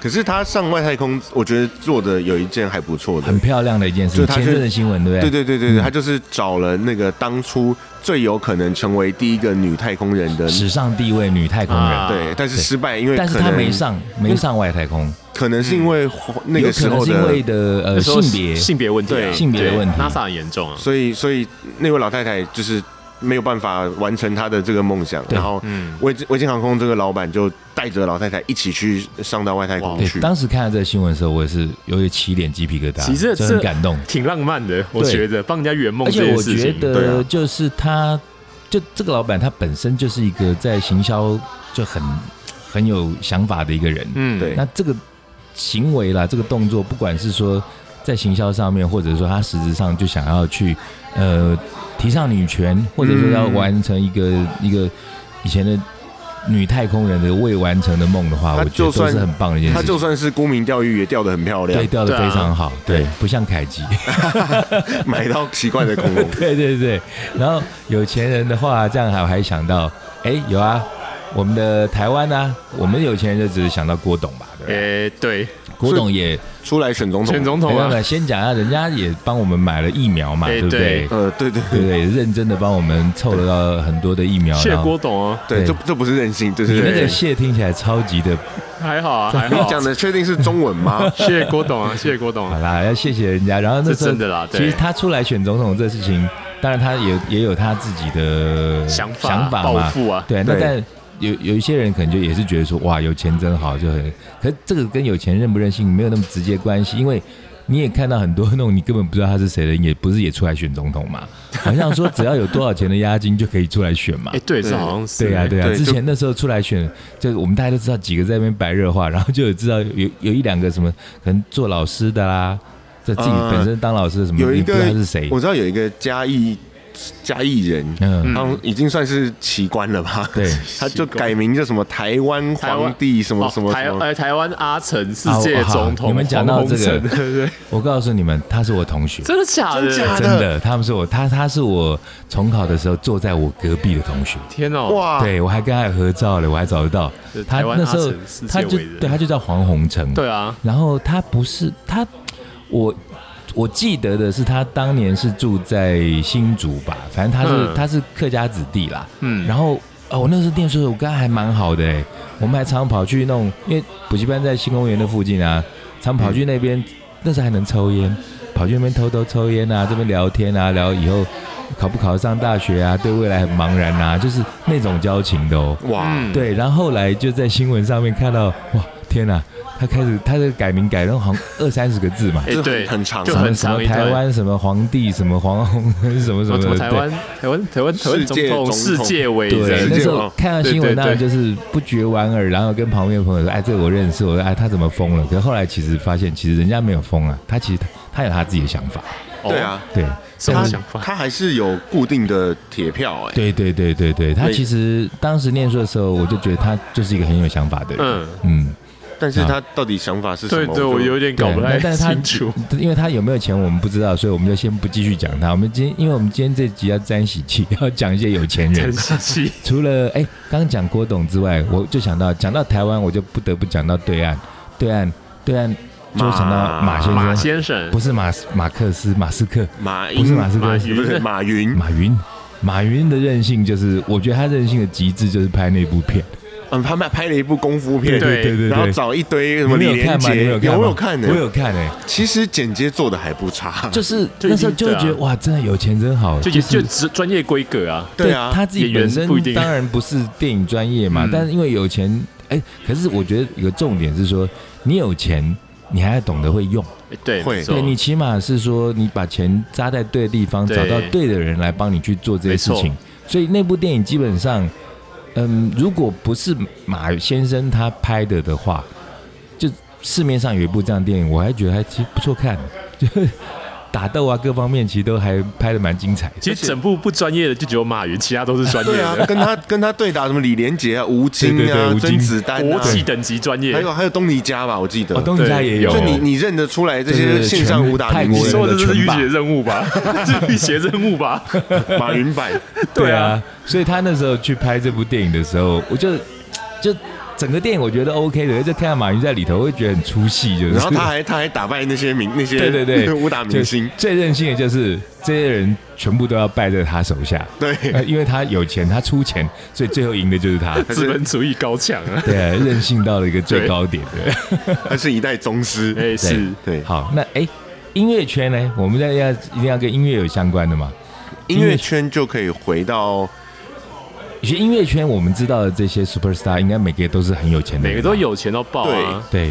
Speaker 1: 可是他上外太空，我觉得做的有一件还不错的
Speaker 3: 很，嗯漂亮的一件事
Speaker 1: 就
Speaker 3: 情，
Speaker 1: 他是
Speaker 3: 前阵子新闻对不
Speaker 1: 对
Speaker 3: 对？
Speaker 1: 对对对对，他就是找了那个当初最有可能成为第一个女太空人的，
Speaker 3: 史上第一位女太空人，
Speaker 2: 啊
Speaker 1: 对，但是失败，因为
Speaker 3: 但是
Speaker 1: 可
Speaker 3: 她
Speaker 1: 能
Speaker 3: 没，上没上外太空，
Speaker 1: 可能是因为那
Speaker 3: 有
Speaker 1: 个
Speaker 3: 可
Speaker 1: 时
Speaker 3: 能
Speaker 1: 候
Speaker 3: 是因为
Speaker 1: 的，
Speaker 3: 的
Speaker 2: 那
Speaker 3: 呃
Speaker 2: 时候
Speaker 3: 性别
Speaker 2: 性别问题啊，
Speaker 1: 对
Speaker 3: 性别的问题
Speaker 2: NASA 很严重啊。
Speaker 1: 所以所以那位老太太就是没有办法完成她的这个梦想，
Speaker 3: 对
Speaker 1: 然后
Speaker 2: 嗯，
Speaker 1: 维维京航空这个老板就带着老太太一起去上到外太空
Speaker 2: 哇
Speaker 1: 去
Speaker 3: 对，。当时看到这个新闻的时候，我也是有点起点鸡皮疙瘩，
Speaker 2: 其实这
Speaker 3: 真的很感动。
Speaker 2: 挺浪漫的，我
Speaker 3: 对
Speaker 2: 觉得帮人家圆梦
Speaker 3: 而
Speaker 2: 这
Speaker 3: 且
Speaker 2: 件
Speaker 3: 我
Speaker 2: 事
Speaker 3: 觉
Speaker 2: 情，
Speaker 1: 对啊
Speaker 3: 得就是他，就这个老板他本身就是一个在行销就很很有想法的一个人。
Speaker 2: 嗯，
Speaker 1: 对
Speaker 3: 那这个行为啦，这个动作，不管是说在行销上面，或者说他实质上就想要去呃提倡女权，或者说要
Speaker 2: 嗯
Speaker 3: 完成一个、一个以前的女太空人的未完成的梦的话，
Speaker 1: 他
Speaker 3: 我觉
Speaker 1: 就
Speaker 3: 得都
Speaker 1: 算
Speaker 3: 是很棒的一件
Speaker 1: 她
Speaker 3: 事
Speaker 1: 就
Speaker 3: 情。
Speaker 1: 算是沽名钓誉也钓得很漂亮
Speaker 3: 对，，掉的
Speaker 2: 对啊
Speaker 3: 非常好，
Speaker 1: 对
Speaker 3: 对，不像凯基。。
Speaker 1: *laughs* 买到奇怪的恐龙
Speaker 3: *laughs* 对对对，然后有钱人的话，这样还还想到，哎，有啊，我们的台湾啊，我们有钱人就只是想到郭董吧，对不对？
Speaker 2: 诶，对，
Speaker 3: 郭董也，
Speaker 1: 出来选总统，
Speaker 2: 选总
Speaker 3: 没
Speaker 2: 统
Speaker 3: 办
Speaker 2: 啊
Speaker 3: 法，，先讲一下，人家也帮我们买了疫苗嘛，
Speaker 2: 哎
Speaker 3: 对不对
Speaker 2: 对？
Speaker 1: 呃，对对
Speaker 3: 对不对？认真的帮我们凑了到很多的疫苗。
Speaker 2: 谢
Speaker 3: 然后
Speaker 2: 郭董哦，
Speaker 1: 对，
Speaker 3: 对
Speaker 1: 这这不是任性，这
Speaker 3: 你
Speaker 1: 是
Speaker 3: 那个“谢”听起来超级的，
Speaker 2: 还好
Speaker 3: *laughs*
Speaker 2: 啊，还
Speaker 1: 你
Speaker 2: 好。？
Speaker 1: 讲的确定是中文吗
Speaker 2: 谢谢郭董啊， *laughs* 谢谢郭
Speaker 3: *laughs*
Speaker 2: 董
Speaker 3: 好
Speaker 2: 啊，
Speaker 3: 啦，要谢谢人家。然后那时
Speaker 2: 是
Speaker 3: 候
Speaker 2: 真的啦
Speaker 3: 其
Speaker 2: 对
Speaker 3: 实他出来选总统这事情，当然他也也有他自己的呃
Speaker 2: 想法
Speaker 3: 想法
Speaker 2: 抱
Speaker 3: 嘛。
Speaker 2: 负啊，
Speaker 3: 对，那
Speaker 1: 对
Speaker 3: 但有有一些人可能就也是觉得说，哇，有钱真好，就很。可是这个跟有钱任不任性没有那么直接关系，因为你也看到很多那种你根本不知道他是谁的人，也不是也出来选总统嘛。好像说只要有多少钱的押金就可以出来选嘛
Speaker 2: 哎，。对，
Speaker 1: 对
Speaker 2: 这好像是
Speaker 3: 对啊，对啊，
Speaker 1: 对
Speaker 3: 之
Speaker 1: 就
Speaker 3: 前那时候出来选，就我们大家都知道几个在那边白热化，然后就有知道有有一两个什么可能做老师的啦，这自己
Speaker 1: 呃
Speaker 3: 本身当老师的什么，
Speaker 1: 有
Speaker 3: *laughs* 你
Speaker 1: 一
Speaker 3: 不知
Speaker 1: 个
Speaker 3: 道他是谁，
Speaker 1: 我知道有一个嘉义嘉义人，
Speaker 3: 嗯，
Speaker 1: 他已经算是奇观了吧？
Speaker 3: 对，
Speaker 1: *laughs* 他就改名叫什么台湾皇帝什么什么
Speaker 2: 哦
Speaker 1: 什
Speaker 2: 台
Speaker 1: 么，
Speaker 2: 呃台湾阿成世界
Speaker 3: 啊好
Speaker 2: 总统，
Speaker 3: 你们讲到
Speaker 2: 黄
Speaker 3: 这
Speaker 2: 宏
Speaker 3: 个
Speaker 2: 成对对对，
Speaker 3: 我告诉你们，他是我同学，
Speaker 2: *laughs* 真的假的？
Speaker 1: 真假
Speaker 3: 真的，他们是我他他是我重考的时候坐在我隔壁的同学，
Speaker 2: 天哦，
Speaker 1: 哇，
Speaker 3: 对我还跟他有合照了，我还找得到
Speaker 2: 这
Speaker 3: 他
Speaker 2: 台湾
Speaker 3: 那时候
Speaker 2: 阿成世界
Speaker 3: 他就
Speaker 2: 伟人
Speaker 3: 对他就叫黄宏成，
Speaker 2: 对啊，
Speaker 3: 然后他不是他，我我记得的是他当年是住在新竹吧，反正他是、
Speaker 2: 嗯
Speaker 3: 他是客家子弟啦。
Speaker 2: 嗯，
Speaker 3: 然后哦，我那时候念书的时候，我跟他还蛮好的哎、我们还常跑去那种，因为补习班在新公园的附近啊，常跑去那边，那时候还能抽烟，跑去那边偷偷抽烟啊，这边聊天啊，聊以后考不考上大学啊，对未来很茫然啊，就是那种交情的哦。
Speaker 1: 哇，
Speaker 2: 嗯，
Speaker 3: 对，然后后来就在新闻上面看到，哇，天哪，他开始他的改名改成好像二三十个字嘛，
Speaker 2: 哎
Speaker 1: 这
Speaker 2: 对，
Speaker 1: 很长
Speaker 2: 就
Speaker 3: 什么
Speaker 2: *laughs* 很
Speaker 3: 什么
Speaker 2: 长一
Speaker 3: 台
Speaker 2: 段。
Speaker 3: 湾什么皇帝什么皇后 *laughs* 什么什么
Speaker 2: 什么
Speaker 3: 的，
Speaker 2: 什么台
Speaker 3: 对
Speaker 2: 湾台湾台湾台湾
Speaker 1: 世界
Speaker 2: 总统
Speaker 1: 总
Speaker 2: 世
Speaker 1: 统
Speaker 2: 界伟
Speaker 3: 对，
Speaker 1: 世
Speaker 2: 人，
Speaker 3: 那
Speaker 1: 界
Speaker 3: 时
Speaker 1: 王
Speaker 3: 候看到新
Speaker 2: 对
Speaker 3: 闻，
Speaker 2: 对
Speaker 3: 当然
Speaker 2: 对
Speaker 3: 就是不觉莞尔，然后跟旁边的朋友说：“哎，这个我认识。”我说：“哎，他怎么疯了？”可是后来其实发现，其实人家没有疯啊，他其实他他有他自己的想法。
Speaker 2: 哦
Speaker 1: 对，啊，
Speaker 3: 对，
Speaker 2: 什
Speaker 3: 但
Speaker 2: 么
Speaker 1: 他
Speaker 3: 是
Speaker 2: 想法？
Speaker 1: 他还是有固定的铁票哎，
Speaker 3: 对对对对对，他
Speaker 1: 对
Speaker 3: 其实当时念书的时候，我就觉得他就是一个很有想法的人。
Speaker 2: 嗯，
Speaker 3: 嗯，
Speaker 1: 但是他到底想法是什
Speaker 2: 对
Speaker 1: 么？
Speaker 2: 对，我
Speaker 1: 就
Speaker 2: 有点 *laughs* 搞
Speaker 3: 对，
Speaker 2: 不
Speaker 3: 那
Speaker 2: 太
Speaker 3: 但是他
Speaker 2: 清楚。
Speaker 3: *laughs* 因为他有没有钱我们不知道，所以我们就先不继续讲他。我们今天因为我们今天这集要沾喜气，要讲一些有
Speaker 2: *laughs*
Speaker 3: 钱人
Speaker 2: 陈。
Speaker 3: *laughs*
Speaker 2: 希希，
Speaker 3: 除了哎，刚刚讲郭董之外，我就想到讲到台湾，我就不得不讲到对岸，对岸，对岸，就会想到马先生，
Speaker 2: 马先生
Speaker 3: 不是马斯马克思马斯克，
Speaker 1: 马
Speaker 3: 不是马
Speaker 1: 英
Speaker 3: 斯克，
Speaker 2: 马
Speaker 3: 是
Speaker 2: 云
Speaker 1: 不是马云，
Speaker 3: 马云。马云的任性就是，我觉得他任性的极致就是拍那部片。
Speaker 1: 嗯，他们拍了一部功夫片，
Speaker 2: 对
Speaker 3: 对
Speaker 1: 然后
Speaker 3: 对，
Speaker 1: 找一堆什
Speaker 3: 你
Speaker 1: 么
Speaker 3: 们
Speaker 1: 李
Speaker 3: 有
Speaker 1: 连
Speaker 3: 看吗？你
Speaker 1: 杰，
Speaker 3: 们有看吗
Speaker 1: 我有看欸呢
Speaker 3: 我，有看诶，
Speaker 1: 其实剪接做的还不差，
Speaker 3: 就是
Speaker 2: 就已经
Speaker 3: 那时候就会觉得
Speaker 2: 对
Speaker 3: 哇，真的有钱真好，
Speaker 2: 就也
Speaker 3: 是
Speaker 2: 就只专业规格啊，
Speaker 1: 对啊，
Speaker 3: 他自己
Speaker 2: 演员
Speaker 3: 本身
Speaker 2: 不一定
Speaker 3: 当然不是电影专业嘛
Speaker 2: 嗯，
Speaker 3: 但是因为有钱，哎，可是我觉得有个重点是说，你有钱，你还要懂得会用。
Speaker 2: 哎对，
Speaker 1: 会
Speaker 2: 没错
Speaker 3: 对你起码是说你把钱扎在对的地方，
Speaker 2: 对
Speaker 3: 找到对的人来帮你去做这些事
Speaker 2: 没
Speaker 3: 情
Speaker 2: 错。
Speaker 3: 所以那部电影基本上，嗯，如果不是马先生他拍的的话，就市面上有一部这样的电影，我还觉得还其实不错看， *laughs* 就是打斗啊各方面其实都还拍的蛮精彩的。
Speaker 2: 其实整部不专业的就只有马云，其他都是专业
Speaker 1: 对啊，
Speaker 2: 的，
Speaker 1: 跟他跟他对打什么李连杰啊、吴京
Speaker 3: 对对对
Speaker 1: 啊、
Speaker 3: 吴京
Speaker 1: 甄子丹
Speaker 2: 国
Speaker 1: 啊，
Speaker 2: 际等级专业
Speaker 1: 还。有还有东尼加吧，我记得。
Speaker 3: 哦，东西家也有，
Speaker 1: 就你你认得出来这些线上武打明
Speaker 3: 对对对
Speaker 1: 星
Speaker 3: 全
Speaker 2: 你
Speaker 3: 泰
Speaker 2: 说
Speaker 3: 国
Speaker 2: 的这是
Speaker 3: 全
Speaker 2: 御
Speaker 3: 霸
Speaker 2: 姐任务吧？这 *laughs* 是御姐任务吧？
Speaker 1: 马云
Speaker 3: *laughs*
Speaker 1: 版，
Speaker 2: 对啊，
Speaker 3: 所以他那时候去拍这部电影的时候，我就就整个电影我觉得 OK 的，就看到马云在里头，我会觉得很出戏，就是。
Speaker 1: 然后他还他还打败那些明那些
Speaker 3: *laughs* 对对对，
Speaker 1: 武打明星
Speaker 3: 就，最任性的就是这些人全部都要败在他手
Speaker 1: *laughs*
Speaker 3: 下，
Speaker 1: 对
Speaker 3: *laughs* 呃因为他有钱，他出钱，所以最后赢的就
Speaker 1: *laughs*
Speaker 3: 是他。
Speaker 2: 资本主义高强啊！
Speaker 3: 对啊，任性到了一个最高点。对，
Speaker 1: 他是一代宗师。
Speaker 3: *laughs*
Speaker 2: 哎，是
Speaker 1: 对，
Speaker 3: 好，那哎，音乐圈呢？我们在要一定要跟音乐有相关的嘛？
Speaker 1: 音乐圈就可以回到
Speaker 3: 其实音乐圈我们知道的这些 super star，应该每个都是很有钱的
Speaker 2: 每
Speaker 3: 人
Speaker 2: 个
Speaker 3: 吧，
Speaker 2: 都有钱到爆啊！
Speaker 3: 对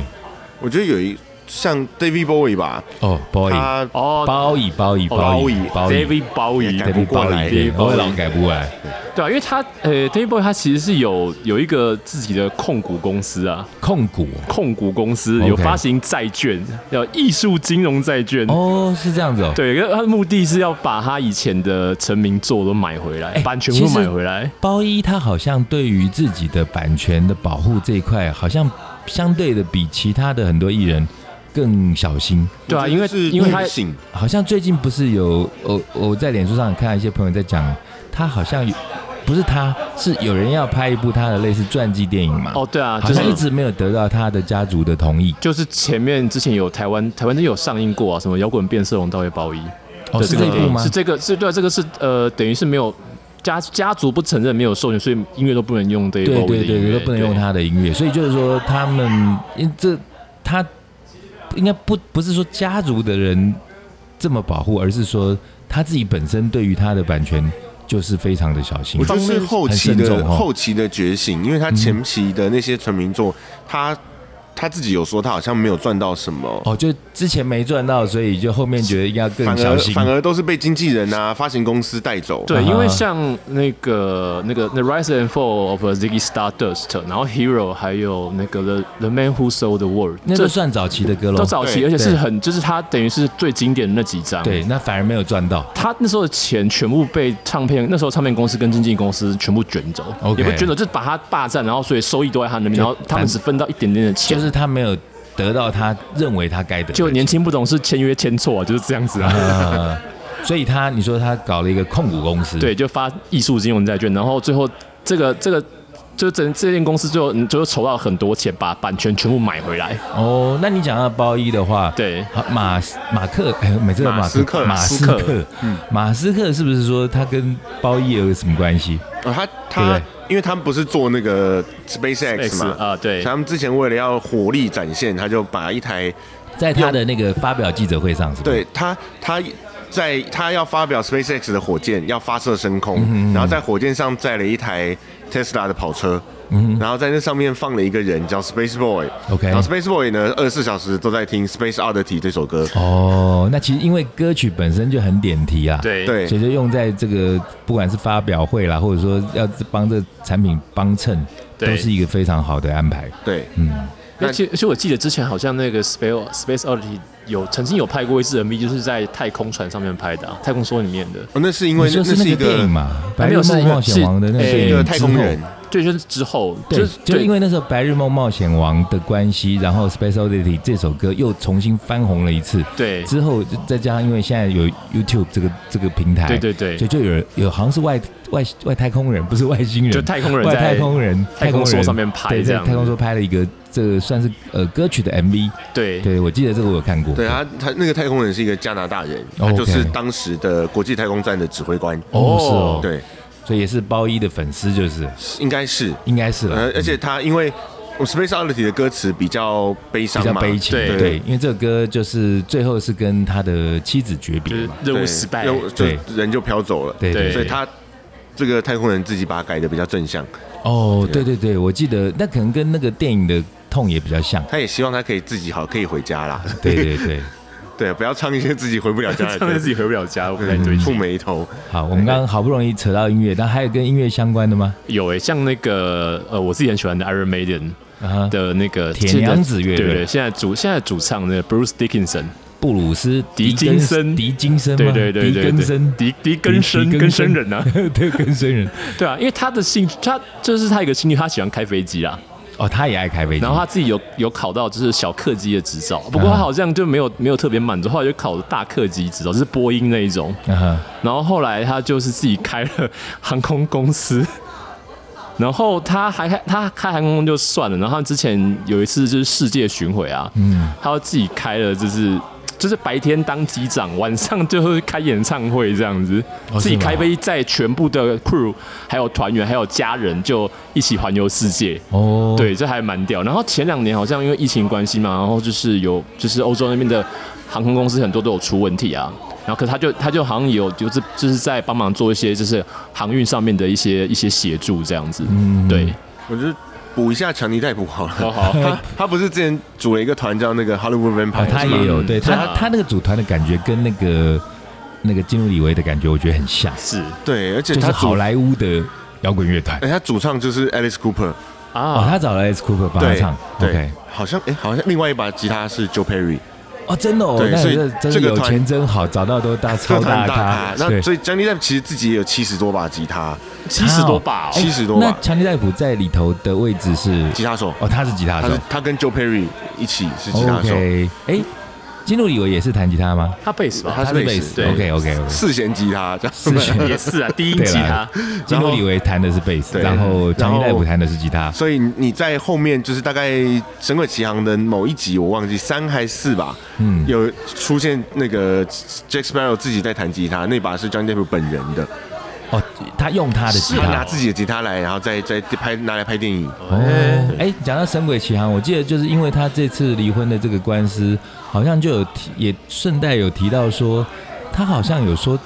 Speaker 1: 我觉得有一像 David Bowie 吧，
Speaker 3: 哦，boy。
Speaker 1: 他
Speaker 2: 哦
Speaker 3: 包椅，包椅，
Speaker 2: 哦
Speaker 3: 包
Speaker 1: 包
Speaker 3: 椅
Speaker 1: 椅，
Speaker 3: 包椅，
Speaker 2: ，David Bowie
Speaker 1: 也改不过来
Speaker 3: 对
Speaker 2: David
Speaker 3: 我
Speaker 2: Bowie
Speaker 3: 老改不过来。
Speaker 2: 对啊，因为他呃，David Bowie 他其实是有有一个自己的控股公司啊，
Speaker 3: 控股
Speaker 2: 控股公司
Speaker 3: OK
Speaker 2: 有发行债券，叫艺术金融债券。
Speaker 3: 哦，是这样子哦。
Speaker 2: 对，因为他的目的是要把他以前的成名作都买回来，
Speaker 3: 哎
Speaker 2: 版权都
Speaker 3: 其实
Speaker 2: 买回来。
Speaker 3: 包一他好像对于自己的版权的保护这一块，好像相对的比其他的很多艺人更小心。
Speaker 2: 对啊，
Speaker 1: 我觉得
Speaker 2: 因为
Speaker 1: 是
Speaker 2: 因为他
Speaker 1: 任性
Speaker 3: 好像最近不是有我我在脸书上看到一些朋友在讲，他好像有不是他，是有人要拍一部他的类似传记电影嘛？
Speaker 2: 哦，对啊，
Speaker 3: 好
Speaker 2: 就是
Speaker 3: 像一直没有得到他的家族的同意。
Speaker 2: 就是前面之前有台湾台湾就有上映过啊，什么摇滚变色龙、道夜包衣，
Speaker 3: 哦，
Speaker 2: 对
Speaker 3: 是
Speaker 2: 个
Speaker 3: 这一
Speaker 2: 电
Speaker 3: 部
Speaker 2: 影
Speaker 3: 吗
Speaker 2: 是？这个是对啊，这个是呃，等于是没有家家族不承认没有授权，所以音乐都不能用 David
Speaker 3: 对
Speaker 2: Bowie 的
Speaker 3: 对对
Speaker 2: 音
Speaker 3: 对，
Speaker 2: 乐
Speaker 3: 都不能用。他的音乐，所以就是说他们，因为这他应该不不是说家族的人这么保护，而是说他自己本身对于他的版权就是非常的小心
Speaker 1: 我。觉得是后期
Speaker 3: 很慎
Speaker 1: 的
Speaker 3: 重哦嗯
Speaker 1: 后期的觉醒，因为他前期的那些成名作，他他自己有说他好像没有赚到什么，
Speaker 3: 哦，就之前没赚到，所以就后面觉得应该
Speaker 1: 反
Speaker 3: 更小
Speaker 1: 而
Speaker 3: 心。
Speaker 1: 反而都是被经纪人啊、发行公司带走。
Speaker 2: 对，
Speaker 3: 啊
Speaker 2: 因为像那个那个《The Rise and Fall of Ziggy Stardust》，然后《Hero》，还有那个《The The Man Who Sold the World》，
Speaker 3: 那
Speaker 2: 这
Speaker 3: 都算早期的歌喽
Speaker 2: 都。早期，
Speaker 1: 对
Speaker 2: 而且是
Speaker 3: 嗯对
Speaker 2: 很就是他等于是最经典的那几张。
Speaker 3: 对，那反而没有赚到。
Speaker 2: 他那时候的钱全部被唱片，那时候唱片公司跟经纪公司全部卷走
Speaker 3: OK
Speaker 2: 也不是卷走，就是把他霸占，然后所以收益都在他那边，
Speaker 3: 就
Speaker 2: 然后他们只分到一点点的钱，
Speaker 3: 就是他没有得到他认为他该得的
Speaker 2: 就年轻不懂事，签约签错啊，就是这样子啊。
Speaker 3: 啊，所以他你说他搞了一个控股公司，
Speaker 2: *laughs* 对，就发艺术金融债券，然后最后这个这个就整这间公司最后嗯最后筹到很多钱，把版权全部买回来。
Speaker 3: 哦，那你讲到包衣的话，
Speaker 2: 对，
Speaker 3: 好，马斯马克，哎，每次都
Speaker 1: 马斯克
Speaker 3: 马斯
Speaker 2: 马斯
Speaker 3: 克，马斯克是不是说他跟包衣有什么关系？
Speaker 1: 呃他
Speaker 3: 对不
Speaker 1: 他
Speaker 3: 对，
Speaker 1: 因为他们不是做那个 SpaceX 嘛，
Speaker 2: 啊，对，
Speaker 1: 他们之前为了要火力展现，他就把一台
Speaker 3: 在他的那个发表记者会上，是吧？，
Speaker 1: 对他他在他要发表 SpaceX 的火箭要发射升
Speaker 3: 嗯
Speaker 1: 空，然后在火箭上载了一台 Tesla 的跑车，
Speaker 3: 嗯
Speaker 1: 然后在那上面放了一个人叫 Space Boy。
Speaker 3: OK
Speaker 1: 然后 Space Boy 呢，二十四小时都在听 Space Oddity 这首歌。
Speaker 3: 哦，那其实因为歌曲本身就很点题啊，，
Speaker 2: 对
Speaker 1: 对
Speaker 3: 所以就用在这个不管是发表会啦，或者说要帮这产品帮衬，
Speaker 2: 对
Speaker 3: 都是一个非常好的安排。
Speaker 1: 对，
Speaker 3: 嗯
Speaker 2: 而且而且我记得之前好像那个 Space Space Oddity 有曾经有拍过一支 MV，就是在太空船上面拍的、啊，太空梭里面的。
Speaker 1: 哦，那是因
Speaker 3: 你
Speaker 1: 为
Speaker 3: 说
Speaker 1: 那
Speaker 3: 是
Speaker 1: 是
Speaker 3: 那
Speaker 1: 一
Speaker 3: 个电影
Speaker 1: 个
Speaker 3: 嘛，《白日
Speaker 2: 没有是
Speaker 3: 梦冒险
Speaker 2: 是
Speaker 3: 王》的那个
Speaker 2: 哎
Speaker 3: 电
Speaker 1: 一
Speaker 3: 影
Speaker 1: 个太空
Speaker 3: 之后
Speaker 1: 人，
Speaker 2: 对，就是之后，
Speaker 3: 对，
Speaker 2: 是
Speaker 3: 就
Speaker 2: 对
Speaker 3: 因为那时候《白日梦冒险王》的关系，然后《Space Oddity》这首歌又重新翻红了一次。
Speaker 2: 对
Speaker 3: 之后就再加上，因为现在有 YouTube 这个这个平台，
Speaker 2: 对对对
Speaker 3: 所以就有人有好像是外外外太空人，不是外星人，
Speaker 2: 就太空人
Speaker 3: 外
Speaker 2: 在
Speaker 3: 太空人
Speaker 2: 太空梭
Speaker 3: 人
Speaker 2: 上面拍
Speaker 3: 对，
Speaker 2: 这
Speaker 3: 在
Speaker 2: 样
Speaker 3: 太空
Speaker 2: 子
Speaker 3: 梭拍了一个这个算是呃歌曲的 MV，
Speaker 2: 对
Speaker 3: 对我记得这个我有看过，
Speaker 1: 对他啊他那个太空人是一个加拿大人，
Speaker 3: 哦
Speaker 1: 他就是
Speaker 3: ，OK
Speaker 1: 当时的国际太空站的指挥官。
Speaker 3: 哦是哦，，
Speaker 1: 对，
Speaker 3: 所以也是包一的粉丝，就是
Speaker 1: 应该是，
Speaker 3: 应该是了
Speaker 1: 呃，，而且他因为我 Space Oddity 的歌词比较悲
Speaker 3: 比
Speaker 1: 伤
Speaker 3: 较
Speaker 1: 嘛，
Speaker 3: 悲情，
Speaker 2: 对
Speaker 3: 对，因为这个歌就是最后是跟他的妻子诀别
Speaker 2: 就是
Speaker 3: 嘛，
Speaker 2: 任务
Speaker 1: 对
Speaker 2: 失败，
Speaker 1: 任
Speaker 2: *laughs*
Speaker 1: 务就
Speaker 3: 对
Speaker 1: 人就飘走了。
Speaker 3: 对对
Speaker 2: 对
Speaker 1: 所以他这个太空人自己把它改的比较正向，
Speaker 3: 哦，对对对，我记得那可能跟那个电影的痛也比较像。
Speaker 1: 他也希望他可以自己好，可以回家啦。 *laughs*
Speaker 3: 对对对，
Speaker 1: 对，不要唱一些自己回不了家的
Speaker 2: 他们
Speaker 1: 歌
Speaker 2: 自，己回不了家，我不太对
Speaker 1: 嗯
Speaker 2: 劲。
Speaker 1: 触眉头。
Speaker 3: 好，我们刚刚好不容易扯到音乐，但还有跟音乐相关的吗？
Speaker 2: 有诶、像那个呃，我自己很喜欢的 Iron Maiden
Speaker 3: 啊哈，
Speaker 2: 的那个
Speaker 3: 铁娘子乐队
Speaker 2: 现在对对，现在主现在主唱那个 Bruce Dickinson，
Speaker 3: 布鲁斯·
Speaker 2: 狄
Speaker 3: 根
Speaker 2: 金森
Speaker 3: 狄金森吗
Speaker 2: 对对对
Speaker 3: 狄
Speaker 2: 对
Speaker 3: 根
Speaker 2: 对
Speaker 3: 森，，
Speaker 2: 狄狄根生
Speaker 3: 狄
Speaker 2: 根生人啊，，
Speaker 3: *laughs* 对，根生人。
Speaker 2: 对啊，因为他的兴趣，他就是他一个兴趣，他喜欢开飞机啦，
Speaker 3: 哦，他也爱开飞机，
Speaker 2: 然后他自己有有考到就是小客机的执照，不过他
Speaker 3: 啊
Speaker 2: 好像就没有没有特别满足，后来就考了大客机执照，就是波音那一种，
Speaker 3: 他啊
Speaker 2: 然后后来他就是自己开了航空公司，然后他还开他开航空公司就算了，然后他之前有一次就是世界巡回啊，
Speaker 3: 嗯
Speaker 2: 他自己开了就是。就是白天当机长，晚上就是开演唱会这样子，
Speaker 3: 哦
Speaker 2: 自己
Speaker 3: 是吗
Speaker 2: 开飞机载全部的 crew，还有团员，还有家人，就一起环游世界。
Speaker 3: 哦，
Speaker 2: 对，这还蛮屌。然后前两年好像因为疫情关系嘛，然后就是有就是欧洲那边的航空公司很多都有出问题啊。然后可是他就他就好像也有就是就是在帮忙做一些就是航运上面的一些一些协助这样子。嗯，对，
Speaker 1: 我就补一下强尼戴普好
Speaker 2: 好
Speaker 1: 了。
Speaker 2: 好，
Speaker 1: *laughs* 他他不是之前组了一个团叫那个 Hollywood
Speaker 3: 啊，
Speaker 1: Vampire，
Speaker 3: 他
Speaker 1: 是吗
Speaker 3: 也有，对
Speaker 2: 是
Speaker 3: 他
Speaker 2: 吗
Speaker 3: 他那个组团的感觉跟那个那个金入李维的感觉，我觉得很像，
Speaker 2: 是
Speaker 1: 对，而且
Speaker 3: 就是
Speaker 1: 他
Speaker 3: 好
Speaker 1: 主，
Speaker 3: 莱坞的摇滚乐团
Speaker 1: 哎。他主唱就是 Alice Cooper，
Speaker 3: 哦，
Speaker 2: 啊，
Speaker 3: 他找了 S Cooper 帮他
Speaker 1: 对
Speaker 3: 唱
Speaker 1: 对
Speaker 3: ，OK，，
Speaker 1: 好像哎好像另外一把吉他是 Joe Perry，
Speaker 3: 哦，真的哦，
Speaker 1: 对
Speaker 3: 那
Speaker 1: 所以
Speaker 3: 这真
Speaker 1: 这个
Speaker 3: 的有
Speaker 1: 团
Speaker 3: 钱真好，找到都大超大咖，
Speaker 1: *laughs* 那
Speaker 3: 对
Speaker 1: 所以 Johnny Depp 其实自己也有七十多把吉他，
Speaker 2: 七十多把、哦，
Speaker 1: 七十多
Speaker 3: 那
Speaker 1: 把
Speaker 3: 强尼戴普在里头的位置是
Speaker 1: 吉他手，
Speaker 3: 哦，他是吉他
Speaker 1: 他
Speaker 3: 手
Speaker 1: 是他跟 Joe Perry 一起是吉他手。
Speaker 3: ，OK，哎，金路里维也是弹吉他吗？
Speaker 2: 他贝斯吧，
Speaker 1: 他是贝斯
Speaker 2: 对
Speaker 3: OK OK OK，
Speaker 1: 四弦吉他这样子 *laughs*
Speaker 3: 四弦
Speaker 2: 也是啊，低音
Speaker 3: *laughs* 对
Speaker 2: 吉他
Speaker 3: 啦，金路里维弹的是贝斯，
Speaker 1: 对
Speaker 3: 然后长
Speaker 1: 然
Speaker 3: 期
Speaker 1: 后
Speaker 3: 赖普弹的是吉他。
Speaker 1: 所以你在后面就是大概《神鬼奇航》的某一集，我忘记三还是四吧，嗯，有出现那个 Jack Sparrow 自己在弹吉他，那把是 John Depp 本人的，
Speaker 3: 哦，他用他的吉
Speaker 1: 他拿
Speaker 3: 他。
Speaker 1: 自己的吉他来，然后再再拍拿来拍电影。
Speaker 3: 哦，哎，讲到《神鬼奇航》，我记得就是因为他这次离婚的这个官司，好像就有提，也顺带有提到说，他好像有说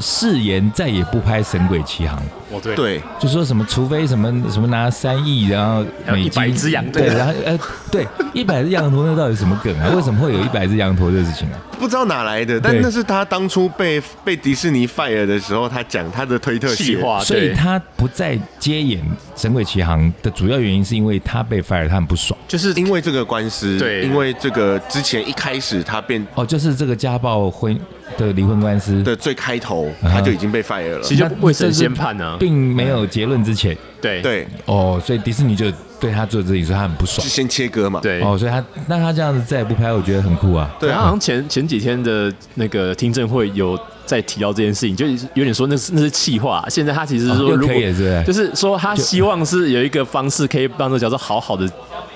Speaker 3: 誓言再也不拍《神鬼奇航》。
Speaker 2: 哦对，
Speaker 1: 对，
Speaker 3: 就说什么，除非什么什么拿三亿，然后
Speaker 2: 还有
Speaker 3: 美金
Speaker 2: 100
Speaker 3: *laughs*
Speaker 2: 只羊
Speaker 3: 对，然后呃，对，一百只羊驼那到底什么
Speaker 2: *laughs*
Speaker 3: 梗啊？为什么会有一百只羊驼这事情啊？
Speaker 1: 不知道哪来的，但
Speaker 3: 对
Speaker 1: 那是他当初被被迪士尼 fire 的时候，他讲他的推特
Speaker 2: 气
Speaker 1: 写
Speaker 2: 话，
Speaker 3: 所以
Speaker 2: 啊对
Speaker 3: 他不再接演《神鬼奇航》的主要原因是因为他被 fire，他很不爽。
Speaker 2: 就是
Speaker 1: 因为这个官司，
Speaker 2: 对
Speaker 1: 因为这个之前一开始他变
Speaker 3: 哦，就是这个家暴婚的离婚官司，
Speaker 1: 的最开头，他就已经被 fire 了
Speaker 2: 啊其。实就
Speaker 3: 那
Speaker 2: 未审先判啊，嗯
Speaker 3: 并没有结论之前，
Speaker 2: 对
Speaker 1: 对，
Speaker 3: 哦，所以迪士尼就对他做这里，说他很不爽
Speaker 1: 就。先切割嘛。
Speaker 2: 对，
Speaker 3: 哦，所以他那他这样子再也不拍，我觉得很酷啊。
Speaker 1: 对
Speaker 2: 然
Speaker 1: 啊
Speaker 2: 后好像前前几天的那个听证会有在提到这件事情，就有点说那是那是气话。现在他其实是
Speaker 3: 哦
Speaker 2: 说，
Speaker 3: 又
Speaker 2: 如
Speaker 3: 可
Speaker 2: 果
Speaker 3: 以了是不是
Speaker 2: 就是说他
Speaker 3: 就
Speaker 2: 希望是有一个方式可以让这个角色好好的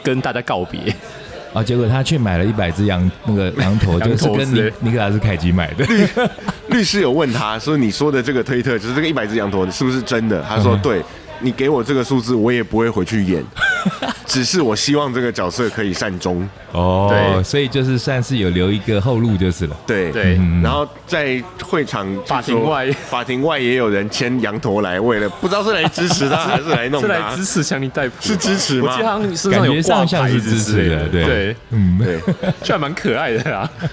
Speaker 2: 跟大家告别，
Speaker 3: 啊，结果他去买了一百只羊，那个羊
Speaker 2: *laughs*
Speaker 3: 驼，
Speaker 2: 羊
Speaker 3: 就
Speaker 2: 驼
Speaker 3: 是跟
Speaker 2: 之类
Speaker 3: 尼尼克拉斯凯奇
Speaker 2: *laughs*
Speaker 3: 买的。
Speaker 1: 律师有问他说：“你说的这个推特，就是这个一百只羊驼，是不是真的？”他说：“
Speaker 2: 嗯
Speaker 1: 对，你给我这个数字，我也不会回去
Speaker 2: *laughs*
Speaker 1: 演，只是我希望这个角色可以善终。
Speaker 3: 哦
Speaker 2: 对，
Speaker 3: 所以就是算是有留一个后路就是了。”
Speaker 1: 对
Speaker 2: 对
Speaker 1: 嗯然后在会场听说
Speaker 2: 法庭外
Speaker 1: 法庭外也有人牵羊驼来，为了不知道是来支
Speaker 2: *laughs*
Speaker 1: 持他还是来弄
Speaker 2: 是来
Speaker 1: 他，
Speaker 2: 支持强尼戴普，
Speaker 1: 是支持
Speaker 2: 我
Speaker 1: 吗
Speaker 2: 记得？好像身上有挂
Speaker 3: 感觉上
Speaker 2: 牌子之类
Speaker 3: 像是支持的对
Speaker 2: 对，
Speaker 3: 嗯，
Speaker 1: 对，
Speaker 2: 就还蛮可爱的
Speaker 3: 啊
Speaker 1: *laughs*
Speaker 2: 啦。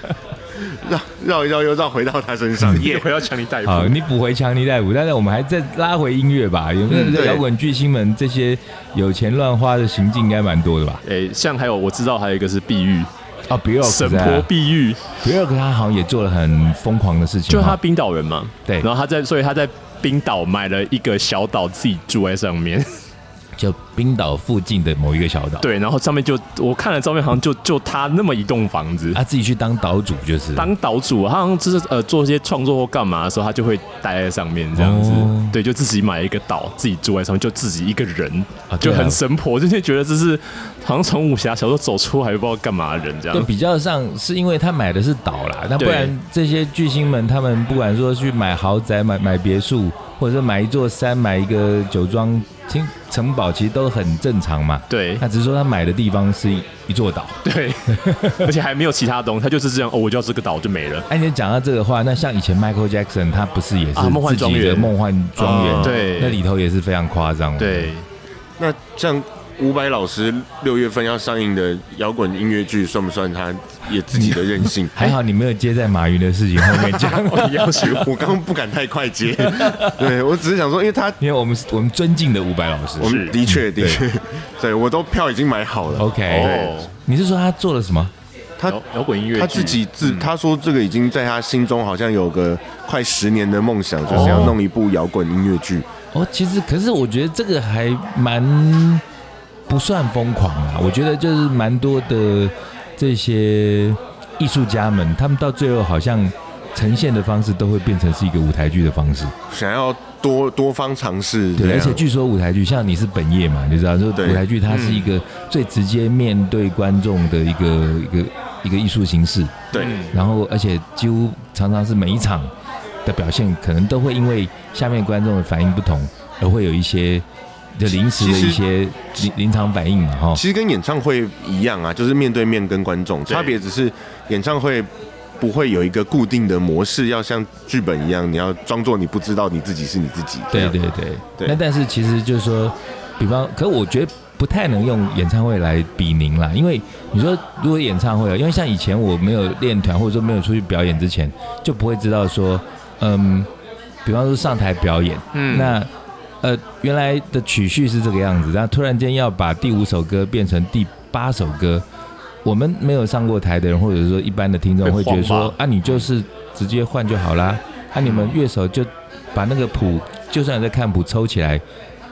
Speaker 1: 绕绕一绕又绕回到他身
Speaker 2: *laughs*
Speaker 1: 上，
Speaker 2: 也
Speaker 1: 耶！
Speaker 2: 回到强尼戴普，
Speaker 3: 好，你补回强尼戴普，但是我们还再拉回音乐吧。有没有
Speaker 1: 嗯
Speaker 3: 在
Speaker 1: 对
Speaker 3: 摇滚巨星们这些有钱乱花的行径，应该蛮多的吧？
Speaker 2: 诶，像还有我知道还有一个是碧玉，
Speaker 3: 啊，比尔
Speaker 2: 神
Speaker 3: 在
Speaker 2: 婆
Speaker 3: 啊，
Speaker 2: 碧玉，
Speaker 3: 比尔他好像也做了很疯狂的事情
Speaker 2: 就
Speaker 3: 哦，
Speaker 2: 他冰岛人嘛，
Speaker 3: 对
Speaker 2: 然后他在，所以他在冰岛买了一个小岛，自己住在上面，
Speaker 3: 就冰岛附近的某一个小岛，，
Speaker 2: *laughs* 对，然后上面就我看了照片，好像就就他那么一栋房子。
Speaker 3: 他啊自己去当岛主就是
Speaker 2: 当岛主，他好像就是呃做一些创作或干嘛的时候，他就会待在上面这样子，
Speaker 3: 哦
Speaker 2: 对，就自己买一个岛，自己住在上面，就自己一个人，
Speaker 3: 啊
Speaker 2: 就
Speaker 3: 对啊
Speaker 2: 很神婆，就是觉得这是好像从武侠小说走出来，不知道干嘛的人这
Speaker 3: 就
Speaker 2: 样。
Speaker 3: 比较上是因为他买的是岛啦，那不
Speaker 2: 对
Speaker 3: 然这些巨星们，他们不管说去买豪宅、买买别墅，或者是买一座山、买一个酒庄、城城堡，其实都很正常嘛。 *laughs*
Speaker 2: 对
Speaker 3: 那只是说他买的地方是一一座岛。
Speaker 2: 对， *laughs* 而且还没有其他东西，他就是这样哦，我就要这个岛就没了。
Speaker 3: 哎，你讲到这个话，那像以前 Michael Jackson 他不是也是
Speaker 2: 啊梦幻
Speaker 3: 自己
Speaker 2: 庄
Speaker 3: 的
Speaker 2: 园嗯
Speaker 3: 梦幻庄园，
Speaker 1: 啊
Speaker 2: 对
Speaker 3: 那里头也是非常夸张。，？
Speaker 2: 对，
Speaker 1: 那像伍佰老师六月份要上映的摇滚音乐剧，算不算他也自己的任性
Speaker 2: *laughs*
Speaker 3: 还好你没有接在马云的事情后面讲，
Speaker 2: 我要求
Speaker 1: 我刚刚不敢太快接，对我只是想说，因为他
Speaker 3: 因为我们我们尊敬的伍佰老师。
Speaker 1: 我们的确的确，对我都票已经买好了。
Speaker 3: OK，
Speaker 2: 哦，
Speaker 3: 你是说他做了什么？
Speaker 1: 他
Speaker 3: 哦
Speaker 2: 摇摇滚音乐剧，
Speaker 1: 他自己自他说这个已经在他心中好像有个快十年的梦想，就是要弄一部摇滚音乐剧。
Speaker 3: 哦，其实可是我觉得这个还蛮不算疯狂啊，我觉得就是蛮多的这些艺术家们，他们到最后好像呈现的方式都会变成是一个舞台剧的方式。
Speaker 1: 想要多多方尝试，
Speaker 3: 对，
Speaker 1: 这
Speaker 3: 而
Speaker 1: 样
Speaker 3: 且据说舞台剧像你是本业嘛，你知道，就是
Speaker 1: 啊对
Speaker 3: 舞台剧它是一个最直接面对观众的一个一个一个艺术形式，
Speaker 1: 对
Speaker 3: 然后而且几乎常常是每一场的表现可能都会因为下面观众的反应不同，而会有一些就临时的
Speaker 1: 其实
Speaker 3: 一些临临场反应嘛，哈。
Speaker 1: 其实跟演唱会一样啊，就是面对面跟观众，
Speaker 2: 对
Speaker 1: 差别只是演唱会不会有一个固定的模式，要像剧本一样，你要装作你不知道你自己是你自己。
Speaker 3: 对
Speaker 1: 这
Speaker 3: 对
Speaker 1: 样
Speaker 3: 对，
Speaker 1: 对
Speaker 3: 那但是其实就是说，比方，可我觉得不太能用演唱会来比您啦，因为你说如果演唱会啊，因为像以前我没有练团或者说没有出去表演之前，就不会知道说，嗯，比方说上台表演，
Speaker 2: 嗯
Speaker 3: 那呃原来的曲序是这个样子，然后突然间要把第五首歌变成第八首歌。我们没有上过台的人，或者说一般的听众，
Speaker 2: 被
Speaker 3: 会觉得
Speaker 2: 晃
Speaker 3: 说
Speaker 2: 吧
Speaker 3: 啊，你就是直接换就好啦。啊，你们乐手就把那个谱，就算你在看谱抽起来，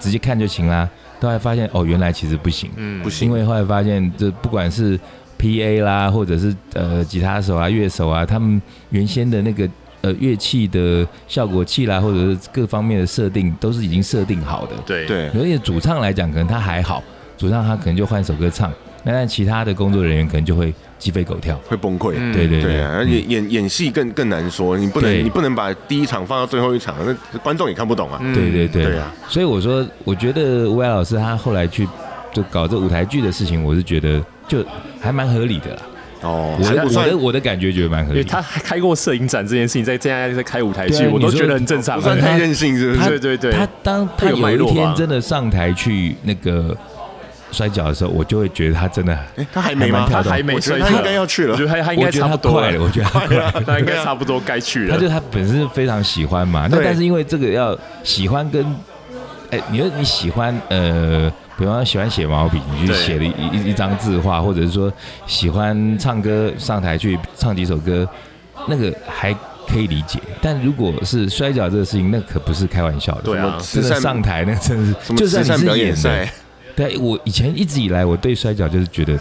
Speaker 3: 直接看就行啦。后来发现哦，原来其实不行，
Speaker 2: 嗯
Speaker 1: 不行
Speaker 3: 因为后来发现这不管是 PA 啦，或者是呃吉他手啊、乐手啊，他们原先的那个呃乐器的效果器啦，或者是各方面的设定都是已经设定好的。
Speaker 4: 对
Speaker 1: 对，
Speaker 3: 而且主唱来讲，可能他还好，主唱他可能就换首歌唱，那但其他的工作人员可能就会鸡飞狗跳。
Speaker 1: 会崩溃。
Speaker 3: 对对嗯
Speaker 1: 对啊，而且演演戏更更难说，你不能
Speaker 3: 对
Speaker 1: 你不能把第一场放到最后一场，那观众也看不懂啊。
Speaker 3: 嗯对对对
Speaker 1: 对啊，
Speaker 3: 所以我说，我觉得吴伟老师他后来去就搞这舞台剧的事情，我是觉得就还蛮合理的啦。
Speaker 1: 哦，
Speaker 3: 我
Speaker 1: 还
Speaker 3: 的
Speaker 1: 不
Speaker 3: 我
Speaker 1: 算
Speaker 3: 的我的感觉觉得蛮合
Speaker 4: 因
Speaker 3: 理
Speaker 4: 为
Speaker 3: 的。
Speaker 4: 他还开过摄影展这件事情，在现在在开舞台
Speaker 3: 对
Speaker 4: 剧，
Speaker 3: 啊
Speaker 4: 我都
Speaker 3: 你说
Speaker 4: 觉得很正常
Speaker 1: 不。算太任性，是不
Speaker 3: 他
Speaker 1: 是？
Speaker 4: 对对对，
Speaker 3: 他当他
Speaker 4: 有脉
Speaker 3: 有一
Speaker 4: 络吧
Speaker 3: 天真的上台去那个摔跤的时候，我就会觉得他真的，
Speaker 1: 哎，他还没
Speaker 3: 还
Speaker 1: 吗
Speaker 3: 蛮？跳
Speaker 4: 他
Speaker 3: 动
Speaker 4: 还没
Speaker 1: 我觉
Speaker 4: 睡
Speaker 1: 得
Speaker 4: 着，
Speaker 1: 他应该要去了
Speaker 4: 我觉得他他应
Speaker 3: 我
Speaker 4: 该
Speaker 3: 觉
Speaker 4: 差不
Speaker 3: 得他
Speaker 4: 多
Speaker 3: 快了，
Speaker 4: 了，
Speaker 3: 我觉得他
Speaker 4: *laughs*
Speaker 3: 快了。
Speaker 4: 他应该差不多该去
Speaker 3: 他
Speaker 4: 了
Speaker 3: 就。他本身非常喜欢嘛，那
Speaker 1: 对
Speaker 3: 但是因为这个要喜欢跟，哎、你说你喜欢呃，比方说喜欢写毛笔，你去
Speaker 4: 对
Speaker 3: 写了一一一张字画，或者是说喜欢唱歌，上台去唱几首歌，那个还可以理解。但如果是摔跤这个事情，那可不是开玩笑的。
Speaker 4: 对啊，
Speaker 1: 慈
Speaker 3: 真的
Speaker 1: 善
Speaker 3: 上台，那真的
Speaker 1: 什
Speaker 3: 是
Speaker 1: 么
Speaker 3: 就
Speaker 1: 慈
Speaker 3: 算
Speaker 1: 善
Speaker 3: 你
Speaker 1: 表
Speaker 3: 是
Speaker 1: 演
Speaker 3: 演的，
Speaker 1: 赛？
Speaker 3: 对我以前一直以来我对摔跤就是觉得，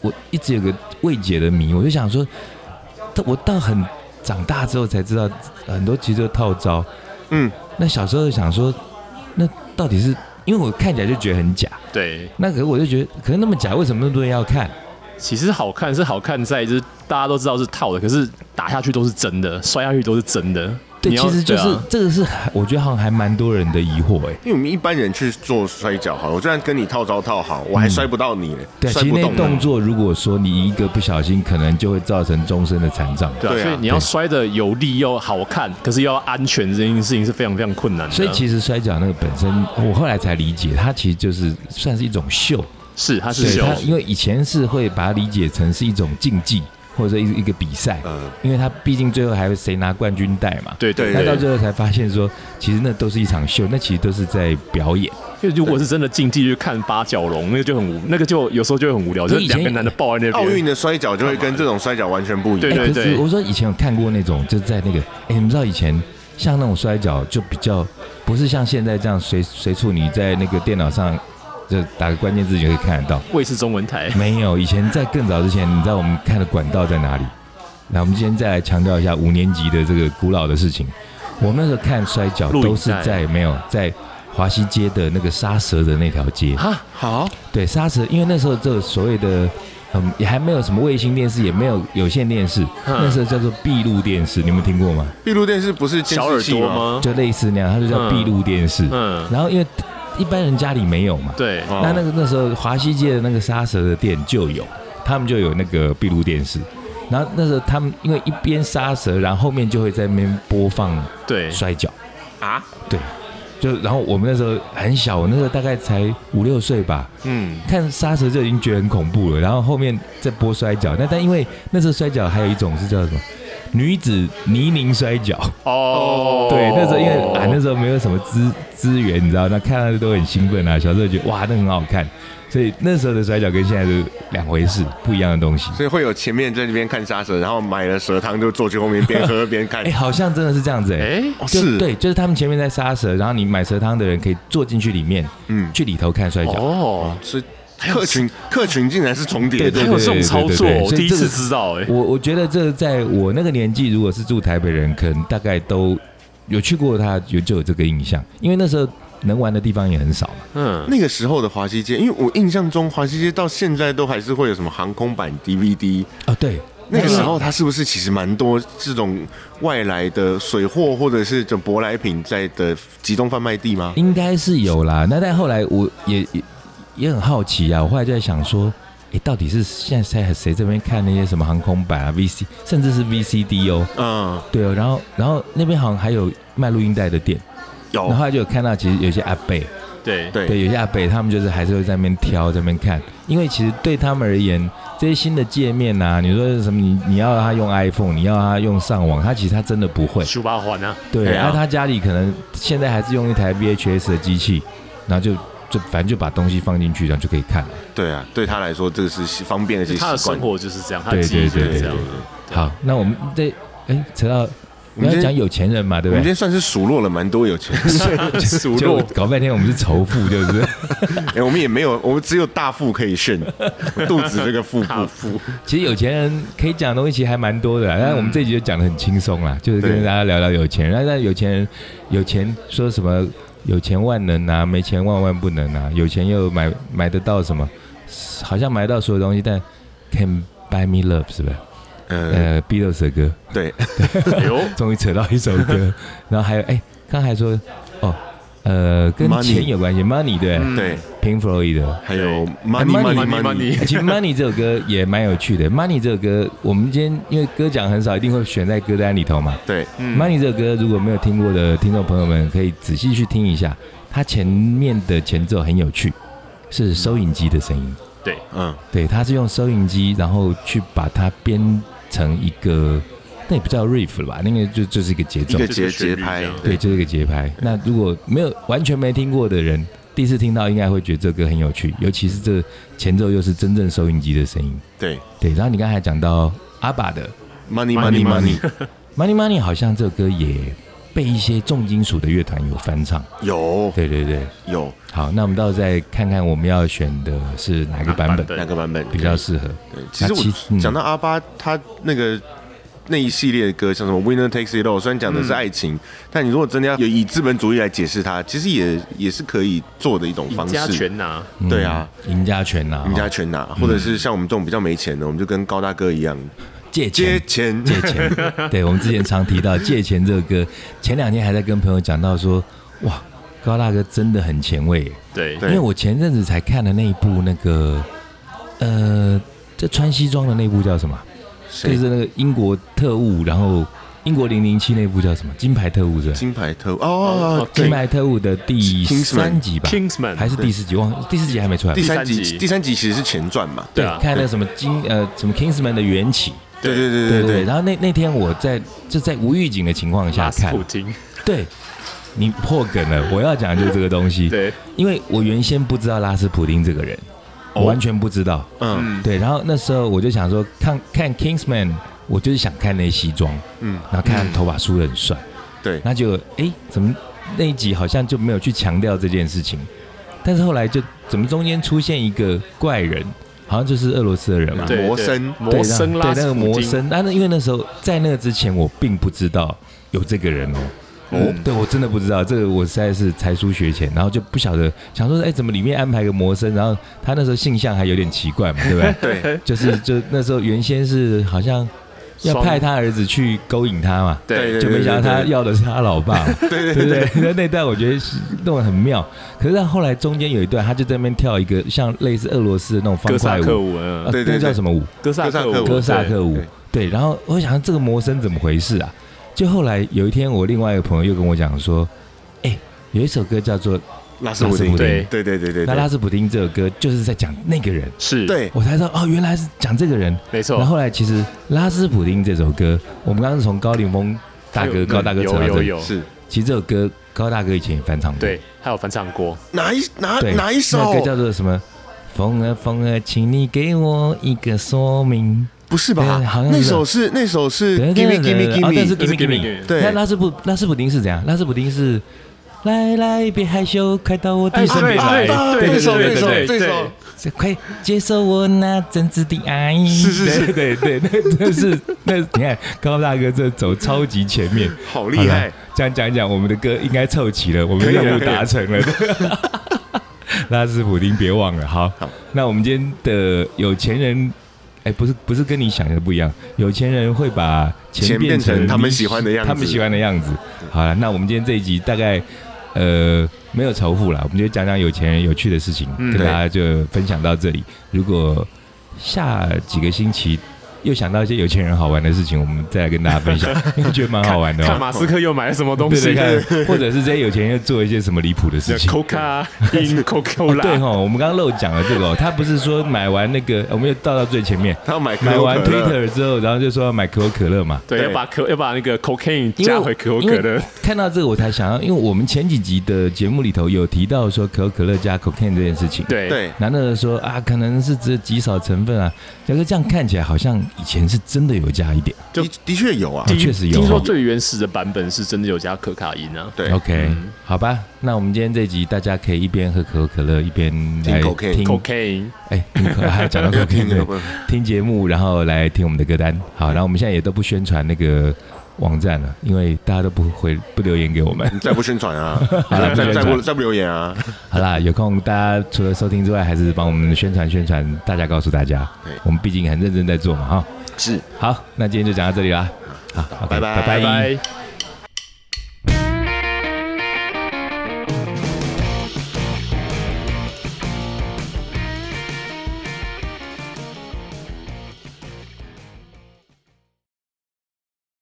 Speaker 3: 我一直有个未解的谜，我就想说，到我到很长大之后才知道，很多其实都套招。
Speaker 1: 嗯，
Speaker 3: 那小时候就想说，那到底是因为我看起来就觉得很假，
Speaker 4: 对，
Speaker 3: 那可是我就觉得，可是那么假，为什么那么多人要看？
Speaker 4: 其实好看是好看在就是大家都知道是套的，可是打下去都是真的，摔下去都是真的。
Speaker 3: 对，
Speaker 4: 你要
Speaker 3: 其实就是、
Speaker 4: 对啊
Speaker 3: 这个是我觉得好像还蛮多人的疑惑哎、
Speaker 1: 因为我们一般人去做摔跤，好了，我就算跟你套招套好，我还摔不到你嘞，
Speaker 3: 对，啊
Speaker 1: 摔
Speaker 3: 其实
Speaker 1: 不
Speaker 3: 那
Speaker 1: 动
Speaker 3: 动
Speaker 1: 呢。
Speaker 3: 作如果说你一个不小心，可能就会造成终身的残障。
Speaker 4: 对啊
Speaker 1: 对啊
Speaker 4: 所以你要摔的有力又好看，可是又要安全这件事情是非常非常困难的。
Speaker 3: 所以其实摔跤那个本身，我后来才理解，它其实就是算是一种秀。
Speaker 4: 是它是
Speaker 3: 对，
Speaker 4: 秀，
Speaker 3: 它因为以前是会把它理解成是一种竞技或者一一个比赛，
Speaker 1: 呃，
Speaker 3: 因为它毕竟最后还会谁拿冠军带嘛。
Speaker 4: 对嗯
Speaker 1: 对
Speaker 4: 对
Speaker 3: 那到
Speaker 4: 对。
Speaker 3: 最后才发现说，其实那都是一场秀，那其实都是在表演。
Speaker 4: 因为如果是真的竞技去看八角笼，那个就很无，那个就有时候就很无聊，就
Speaker 3: 所
Speaker 4: 是
Speaker 3: 以以前
Speaker 4: 两个男的抱在那边。
Speaker 1: 奥运的摔跤就会跟这种摔跤完全不一
Speaker 4: 对
Speaker 1: 样。
Speaker 3: 哎
Speaker 4: 对
Speaker 3: 可是我说以前有看过那种，就是在那个，哎，你们知道以前像那种摔跤就比较不是像现在这样随随处你在那个电脑上就打个关键字你就可以看得到。
Speaker 4: 卫视中文
Speaker 3: *laughs*
Speaker 4: 台，
Speaker 3: 没有，以前在更早之前，你知道我们看的管道在哪里？那我们今天再来强调一下五年级的这个古老的事情。我们那时候看摔跤
Speaker 4: 录影带
Speaker 3: 都是在没有在华西街的那个沙蛇的那条街，
Speaker 4: 哈，
Speaker 1: 好，
Speaker 3: *laughs* 对沙蛇，因为那时候这个所谓的嗯也还没有什么卫星电视，也没有有线电视，那时候叫做闭路电视，你们听过吗？
Speaker 1: 闭路电视不是监
Speaker 4: 小
Speaker 1: 视
Speaker 4: 耳
Speaker 1: 器
Speaker 4: 朵
Speaker 1: 吗？
Speaker 4: 吗？
Speaker 3: 就类似那样，它就叫闭路电视。
Speaker 4: 嗯，
Speaker 3: 然后因为一般人家里没有嘛，
Speaker 4: 对，
Speaker 1: 哦
Speaker 3: 啊那那个那时候华西街的那个沙蛇的店就有，他们就有那个闭路电视。然后那时候他们因为一边杀蛇，然后后面就会在那边播放
Speaker 2: 哎
Speaker 4: 对，
Speaker 3: 摔跤，
Speaker 1: 啊，
Speaker 3: 就然后我们那时候很小，我那时候大概才五六岁吧，
Speaker 4: 嗯，
Speaker 3: 看杀蛇就已经觉得很恐怖了，然后后面再播摔跤。那但因为那时候摔跤还有一种是叫什么女子泥泞摔跤，
Speaker 4: 哦，
Speaker 3: 对，那时候因为啊那时候没有什么资资源，你知道，那看到都很兴奋啊。小时候觉得哇，那很好看，所以那时候的摔跤跟现在是两回事，不一样的东西。
Speaker 1: 所以会有前面在那边看沙蛇，然后买了蛇汤就坐去后面边喝边看
Speaker 3: *laughs* 哎、。好像真的是这样子哎、
Speaker 4: 哎，
Speaker 1: 哦，
Speaker 3: 就是对，就是他们前面在杀蛇，然后你买蛇汤的人可以坐进去里面，
Speaker 1: 嗯，
Speaker 3: 去里头看摔跤。
Speaker 4: 哦，
Speaker 1: 所以客群客群竟然是重叠
Speaker 3: 对
Speaker 1: 的
Speaker 4: 还。有这种操作，
Speaker 3: 对对对对
Speaker 4: 我
Speaker 3: 所以
Speaker 4: 第一
Speaker 3: 这
Speaker 4: 次
Speaker 3: 个
Speaker 4: 知道，哎，
Speaker 3: 我我觉得这在我那个年纪，如果是住台北人，可能大概都有去过他，有就有这个印象，因为那时候能玩的地方也很少嘛。
Speaker 4: 嗯，
Speaker 1: 那个时候的华西街，因为我印象中华西街到现在都还是会有什么航空版 DVD。
Speaker 3: 哦，对，
Speaker 1: 那个时候，它是不是其实蛮多这种外来的水货或者是这种舶来品在的集中贩卖地吗？
Speaker 3: 应该是有啦。那但后来我也也也很好奇啊，我后来就在想说，诶，到底是现在在谁这边看那些什么航空版啊、VC，甚至是 VCD 哦，
Speaker 1: 嗯，
Speaker 3: 对哦。然后然后那边好像还有卖录音带的店，然后
Speaker 1: 有
Speaker 3: 后来就有看到其实有些阿贝，
Speaker 4: 对，
Speaker 1: 对
Speaker 3: 对，有些阿贝他们就是还是会在那边挑，在那边看，因为其实对他们而言，这些新的界面啊，你说是什么你你要他用 iPhone，你要他用上网，他其实他真的不会。
Speaker 4: 十八环啊，
Speaker 3: 对，
Speaker 1: 对
Speaker 3: 然
Speaker 1: 啊
Speaker 3: 后、他家里可能现在还是用一台 VHS 的机器，然后就就反正就把东西放进去，然后就可以看了。
Speaker 1: 对啊，对他来说这个是方便的一些
Speaker 4: 他的
Speaker 1: 习
Speaker 4: 生
Speaker 1: 惯。
Speaker 4: 活就是这样，他的记忆就
Speaker 3: 对
Speaker 4: 是
Speaker 1: 对
Speaker 4: 这
Speaker 1: 对
Speaker 4: 样，
Speaker 1: 对
Speaker 3: 好，那我们这哎扯到
Speaker 1: 我
Speaker 3: 我
Speaker 1: 们
Speaker 3: 们
Speaker 1: 今
Speaker 3: 要
Speaker 1: 天
Speaker 3: 讲有钱人嘛，对
Speaker 1: 我
Speaker 3: 不
Speaker 1: 们今天
Speaker 3: 对？
Speaker 1: 算是数落了蛮多有钱
Speaker 3: *laughs*
Speaker 1: 人，
Speaker 4: 数
Speaker 3: 就
Speaker 4: 落
Speaker 3: 搞半天我们是仇富，对不
Speaker 1: *laughs*
Speaker 3: 对？
Speaker 1: 哎、我们也没有，我们只有大腹可以炫，肚子这个腹部。
Speaker 4: 腹，
Speaker 3: 其实有钱人可以讲的东西其实还蛮多的啦，但是我们这集就讲的很轻松啦，就是
Speaker 1: 嗯对
Speaker 3: 跟大家聊聊有钱人。那那有钱人，有钱说什么？有钱万能啊，没钱万万不能啊。有钱又买买得到什么？好像买得到所有东西，但 Can Buy Me Love 是不是？
Speaker 1: 呃，
Speaker 3: 呃，Beatles 的歌，
Speaker 1: 对，
Speaker 4: 哎呦，
Speaker 3: 终于扯到一首歌。然后还有，哎，刚才说哦，呃，跟
Speaker 1: Money
Speaker 3: 钱有关系，Money 对
Speaker 4: 嗯
Speaker 1: 对，
Speaker 3: ，Pink Floyd 的。
Speaker 1: 还有 money
Speaker 3: Money,
Speaker 1: money
Speaker 4: money,
Speaker 1: money，
Speaker 4: money
Speaker 3: 欸其实《Money》这首歌也蛮有趣的，《Money》这首歌，我们今天因为歌奖很少，一定会选在歌单里头嘛。
Speaker 1: 对，
Speaker 4: 嗯
Speaker 2: 嗯
Speaker 3: Money》这首歌，如果没有听过的听众朋友们，可以仔细去听一下，它前面的前奏很有趣，是收音机的声音。
Speaker 1: 嗯，
Speaker 3: 对，它是用收音机，然后去把它编成一个，那也不叫 riff 了吧？那个就就是一个节
Speaker 1: 一
Speaker 3: 奏
Speaker 1: 个，
Speaker 4: 就是
Speaker 1: 节
Speaker 4: 旋律
Speaker 1: 节拍
Speaker 4: 这样，
Speaker 3: 对，就是一个节拍。那如果没有完全没听过的人，第一次听到应该会觉得这歌很有趣，尤其是这前奏又是真正收音机的声音。
Speaker 1: 对
Speaker 3: 对，然后你刚才讲到阿爸的
Speaker 1: ，money money
Speaker 4: Money,
Speaker 1: money，
Speaker 3: 《Money Money》，好像这首歌也被一些重金属的乐团有翻唱。
Speaker 1: *laughs* 有
Speaker 3: 对对对，
Speaker 1: 有
Speaker 3: 好，那我们到时候再看看我们要选的是哪个版本
Speaker 1: 两个版本
Speaker 3: 比较适合。
Speaker 1: 对，其实
Speaker 3: 那其
Speaker 1: 我
Speaker 3: 嗯
Speaker 1: 讲到阿巴，他那个那一系列的歌，像什么《Winner Takes It All》，虽然讲的是爱情，但你如果真的要有以资本主义来解释它，其实也也是可以做的一种
Speaker 4: 赢
Speaker 1: 方
Speaker 4: 家
Speaker 1: 式。
Speaker 4: 全拿，
Speaker 3: 嗯
Speaker 1: 对啊，
Speaker 3: 赢家权呐，
Speaker 1: 赢家
Speaker 3: 哦
Speaker 1: 全拿，或者是像我们这种比较没钱的，我们就跟高大哥一样
Speaker 3: 借
Speaker 1: 借
Speaker 3: 钱。
Speaker 1: 钱。*laughs*
Speaker 3: 借钱，对我们之前常提到《借钱》这个歌，前两天还在跟朋友讲到说，哇，高大哥真的很前卫耶，
Speaker 4: 对，
Speaker 1: 对
Speaker 3: 因为我前阵子才看了那一部那个，呃，这穿西装的那部叫什么啊？就
Speaker 1: 谁
Speaker 3: 是那个英国特务，然后英国零零七那部叫什么《金牌特务》是吧？
Speaker 1: 金牌特务哦
Speaker 4: 哦，
Speaker 1: 对
Speaker 3: 金，牌特务的第
Speaker 1: Kingsman
Speaker 3: 三集吧，
Speaker 4: Kingsman
Speaker 3: 还是第四集？忘了第四集还没出来吧
Speaker 1: 第。三
Speaker 4: 第三
Speaker 1: 集
Speaker 4: 集
Speaker 1: 第三集其实是前传嘛。
Speaker 4: 对啊，
Speaker 3: 看那个什么金呃什么 Kingsman 的缘起，
Speaker 1: 对对对
Speaker 3: 对
Speaker 1: 对对，
Speaker 3: 然后那那天我在就在无预警的情况下
Speaker 4: 拉斯
Speaker 3: 看
Speaker 4: 普，京，
Speaker 3: 对，你破梗了，我要讲的就是这个东西。
Speaker 4: 对，
Speaker 3: 因为我原先不知道拉斯普丁这个人，我完全不知道。
Speaker 1: 嗯
Speaker 4: 嗯，
Speaker 3: 对，然后那时候我就想说，看看 Kingsman，我就是想看那些西装，
Speaker 1: 嗯，
Speaker 3: 然后看他头发梳的很帅，
Speaker 1: 对，
Speaker 3: 那就哎，怎么那一集好像就没有去强调这件事情？但是后来就怎么中间出现一个怪人，好像就是俄罗斯的人嘛，
Speaker 4: 对对
Speaker 1: 魔僧
Speaker 4: 魔僧
Speaker 3: 对
Speaker 4: 拉
Speaker 3: 那对那
Speaker 4: 斯
Speaker 3: 个
Speaker 4: 普
Speaker 3: 魔
Speaker 4: 京，
Speaker 3: 僧。但是因为啊那时候在那个之前，我并不知道有这个人哦。哦，对我真的不知道，这个我实在是才疏学浅，然后就不晓得，想说，哎，怎么里面安排个魔僧？然后他那时候性向还有点奇怪嘛，对不 *laughs* 对？
Speaker 1: 对
Speaker 3: 就是就那时候原先是好像要
Speaker 4: 双
Speaker 3: 派他儿子去勾引他嘛，
Speaker 1: 对对
Speaker 4: 对
Speaker 3: 就没想到他要的是他老爸，
Speaker 1: 对
Speaker 3: 对
Speaker 1: 对
Speaker 3: 不
Speaker 1: 对
Speaker 3: *laughs* 对？那那段我觉得是弄得很妙，可是到后来中间有一段，他就在那边跳一个像类似俄罗斯的那种方
Speaker 4: 哥
Speaker 3: 块
Speaker 4: 萨克
Speaker 3: 舞，
Speaker 4: 舞，
Speaker 3: 呃
Speaker 4: 嗯，
Speaker 1: 对对
Speaker 3: 那个叫
Speaker 1: 对
Speaker 3: 什么舞？
Speaker 4: 哥萨克
Speaker 1: 哥
Speaker 4: 舞，
Speaker 3: 哥萨克舞
Speaker 1: 对。
Speaker 3: 对，然后我想这个魔僧怎么回事啊？就后来有一天，我另外一个朋友又跟我讲说，哎，有一首歌叫做《
Speaker 1: 拉斯普
Speaker 3: 拉斯
Speaker 1: 丁，
Speaker 3: 普丁
Speaker 1: 对对对对对
Speaker 3: 那拉
Speaker 1: 对，
Speaker 3: 斯普丁》这首歌，就是在讲那个人。
Speaker 4: 是，，
Speaker 1: 对
Speaker 3: 我才知道哦，原来是讲这个人。
Speaker 4: 没
Speaker 3: 然
Speaker 4: 错，
Speaker 3: 后后来其实《拉斯普丁》这首歌，我们刚刚是从高凌风大
Speaker 4: 还
Speaker 3: 哥
Speaker 4: 有嗯
Speaker 3: 高大哥扯
Speaker 4: 有
Speaker 3: 到这
Speaker 4: 有
Speaker 3: 里，
Speaker 4: 有，
Speaker 1: 是
Speaker 3: 其实这首歌高大哥以前也翻唱过。
Speaker 4: 对，还有翻唱过，
Speaker 1: 哪一哪
Speaker 3: 对，
Speaker 1: 哪一
Speaker 3: 那
Speaker 1: 首
Speaker 3: 个？叫做什么？风儿风儿，请你给我一个说明。
Speaker 1: 不是吧
Speaker 3: 对好？像是
Speaker 1: 那首是那首是
Speaker 3: 对
Speaker 1: Gimme
Speaker 3: 对
Speaker 1: Gimme
Speaker 3: 对对哦那是
Speaker 1: Gimme，
Speaker 4: 就是
Speaker 3: Gimme Gimme
Speaker 4: Gimme Gimme
Speaker 1: 对
Speaker 3: 那拉斯布拉斯普丁是怎样？拉斯普丁是来来，别害羞，快到我的
Speaker 4: 哎
Speaker 3: 身
Speaker 4: 对
Speaker 3: 边
Speaker 1: 啊对
Speaker 3: 来，
Speaker 4: 对
Speaker 1: 那
Speaker 4: 对
Speaker 1: 首那
Speaker 4: 对
Speaker 1: 首
Speaker 4: 对
Speaker 1: 那
Speaker 4: 对
Speaker 1: 首
Speaker 4: 对，
Speaker 3: 快接受我那真挚的爱。是
Speaker 1: 是是
Speaker 3: 对对对，那那是那你看高大哥这走超级前面，
Speaker 1: 好厉
Speaker 3: 好
Speaker 1: 害
Speaker 3: 了！这样讲一讲，我们的歌应该凑齐了，我们
Speaker 1: 可以了
Speaker 3: 任务
Speaker 1: 可以了
Speaker 3: 达成了。拉斯普丁，别忘了，好。
Speaker 1: 好
Speaker 3: 那我们今天的有钱人，哎，不是不是跟你想的不一样，有钱人会把
Speaker 1: 钱
Speaker 3: 钱
Speaker 1: 变
Speaker 3: 变
Speaker 1: 成
Speaker 3: 成
Speaker 1: 他们
Speaker 3: 你
Speaker 1: 喜欢的样子
Speaker 3: 他们喜欢的样子。好了，那我们今天这一集大概。呃，没有仇富啦，我们就讲讲有钱人有趣的事情，
Speaker 4: 嗯
Speaker 3: 跟大
Speaker 1: 对
Speaker 3: 家就分享到这里。如果下几个星期又想到一些有钱人好玩的事情，我们再来跟大家分享，因为觉得蛮好玩的、哦。
Speaker 4: 看马斯克又买了什么东
Speaker 3: 对
Speaker 4: 西
Speaker 3: 对，看，或者是这些有钱人做一些什么离谱的事情。
Speaker 4: ，Coca 饮 Coca
Speaker 3: 对哦
Speaker 4: 啦，
Speaker 3: 哈，我们刚刚漏讲了这个哦，他不是说买完那个，我们又倒到最前面，
Speaker 1: 他要买可
Speaker 3: 买
Speaker 1: 口
Speaker 3: 完
Speaker 1: 可乐，
Speaker 3: Twitter 之后，然后就说要买可口可乐嘛。
Speaker 4: 对，
Speaker 1: 对
Speaker 4: 要把可要把那个 cocaine
Speaker 3: 因为
Speaker 4: 加回可口可
Speaker 3: 因
Speaker 4: 乐
Speaker 3: 为，看到这个我才想要，因为我们前几集的节目里头有提到说可口可乐加 cocaine 这件事情。
Speaker 4: 对
Speaker 1: 对
Speaker 3: 男的说啊，可能是只有极少成分啊，可是这样看起来好像以前是真的有加一点。
Speaker 1: 的的确有啊
Speaker 3: 的，
Speaker 2: 听
Speaker 3: 确实有
Speaker 2: 听说
Speaker 3: 哦
Speaker 2: 最原始的版本是真的有加可卡因啊，
Speaker 1: 对
Speaker 3: OK，、好吧，那我们今天这集大家可以一边喝可口可乐，一边来听
Speaker 1: cocaine
Speaker 2: ，cocaine，
Speaker 3: 哎，听 *laughs* 可还
Speaker 1: *laughs*
Speaker 3: 讲到 cocaine 对听节目，然后来听我们的歌单。好，然后我们现在也都不宣传那个网站了，因为大家都不回不留言给我们。 *laughs*
Speaker 1: 你再不宣传啊，
Speaker 3: 好了不
Speaker 1: 再
Speaker 3: 宣
Speaker 1: 再
Speaker 3: 传
Speaker 1: 不再不留言啊，
Speaker 3: 好啦，有空大家除了收听之外，还是帮我们宣传宣传，大家告诉大家
Speaker 1: 对，
Speaker 3: 我们毕竟很认真在做嘛哈。
Speaker 1: 是，
Speaker 3: 好，那今天就讲到这里啦。好，OK，
Speaker 1: 拜拜
Speaker 3: 拜
Speaker 2: 拜拜。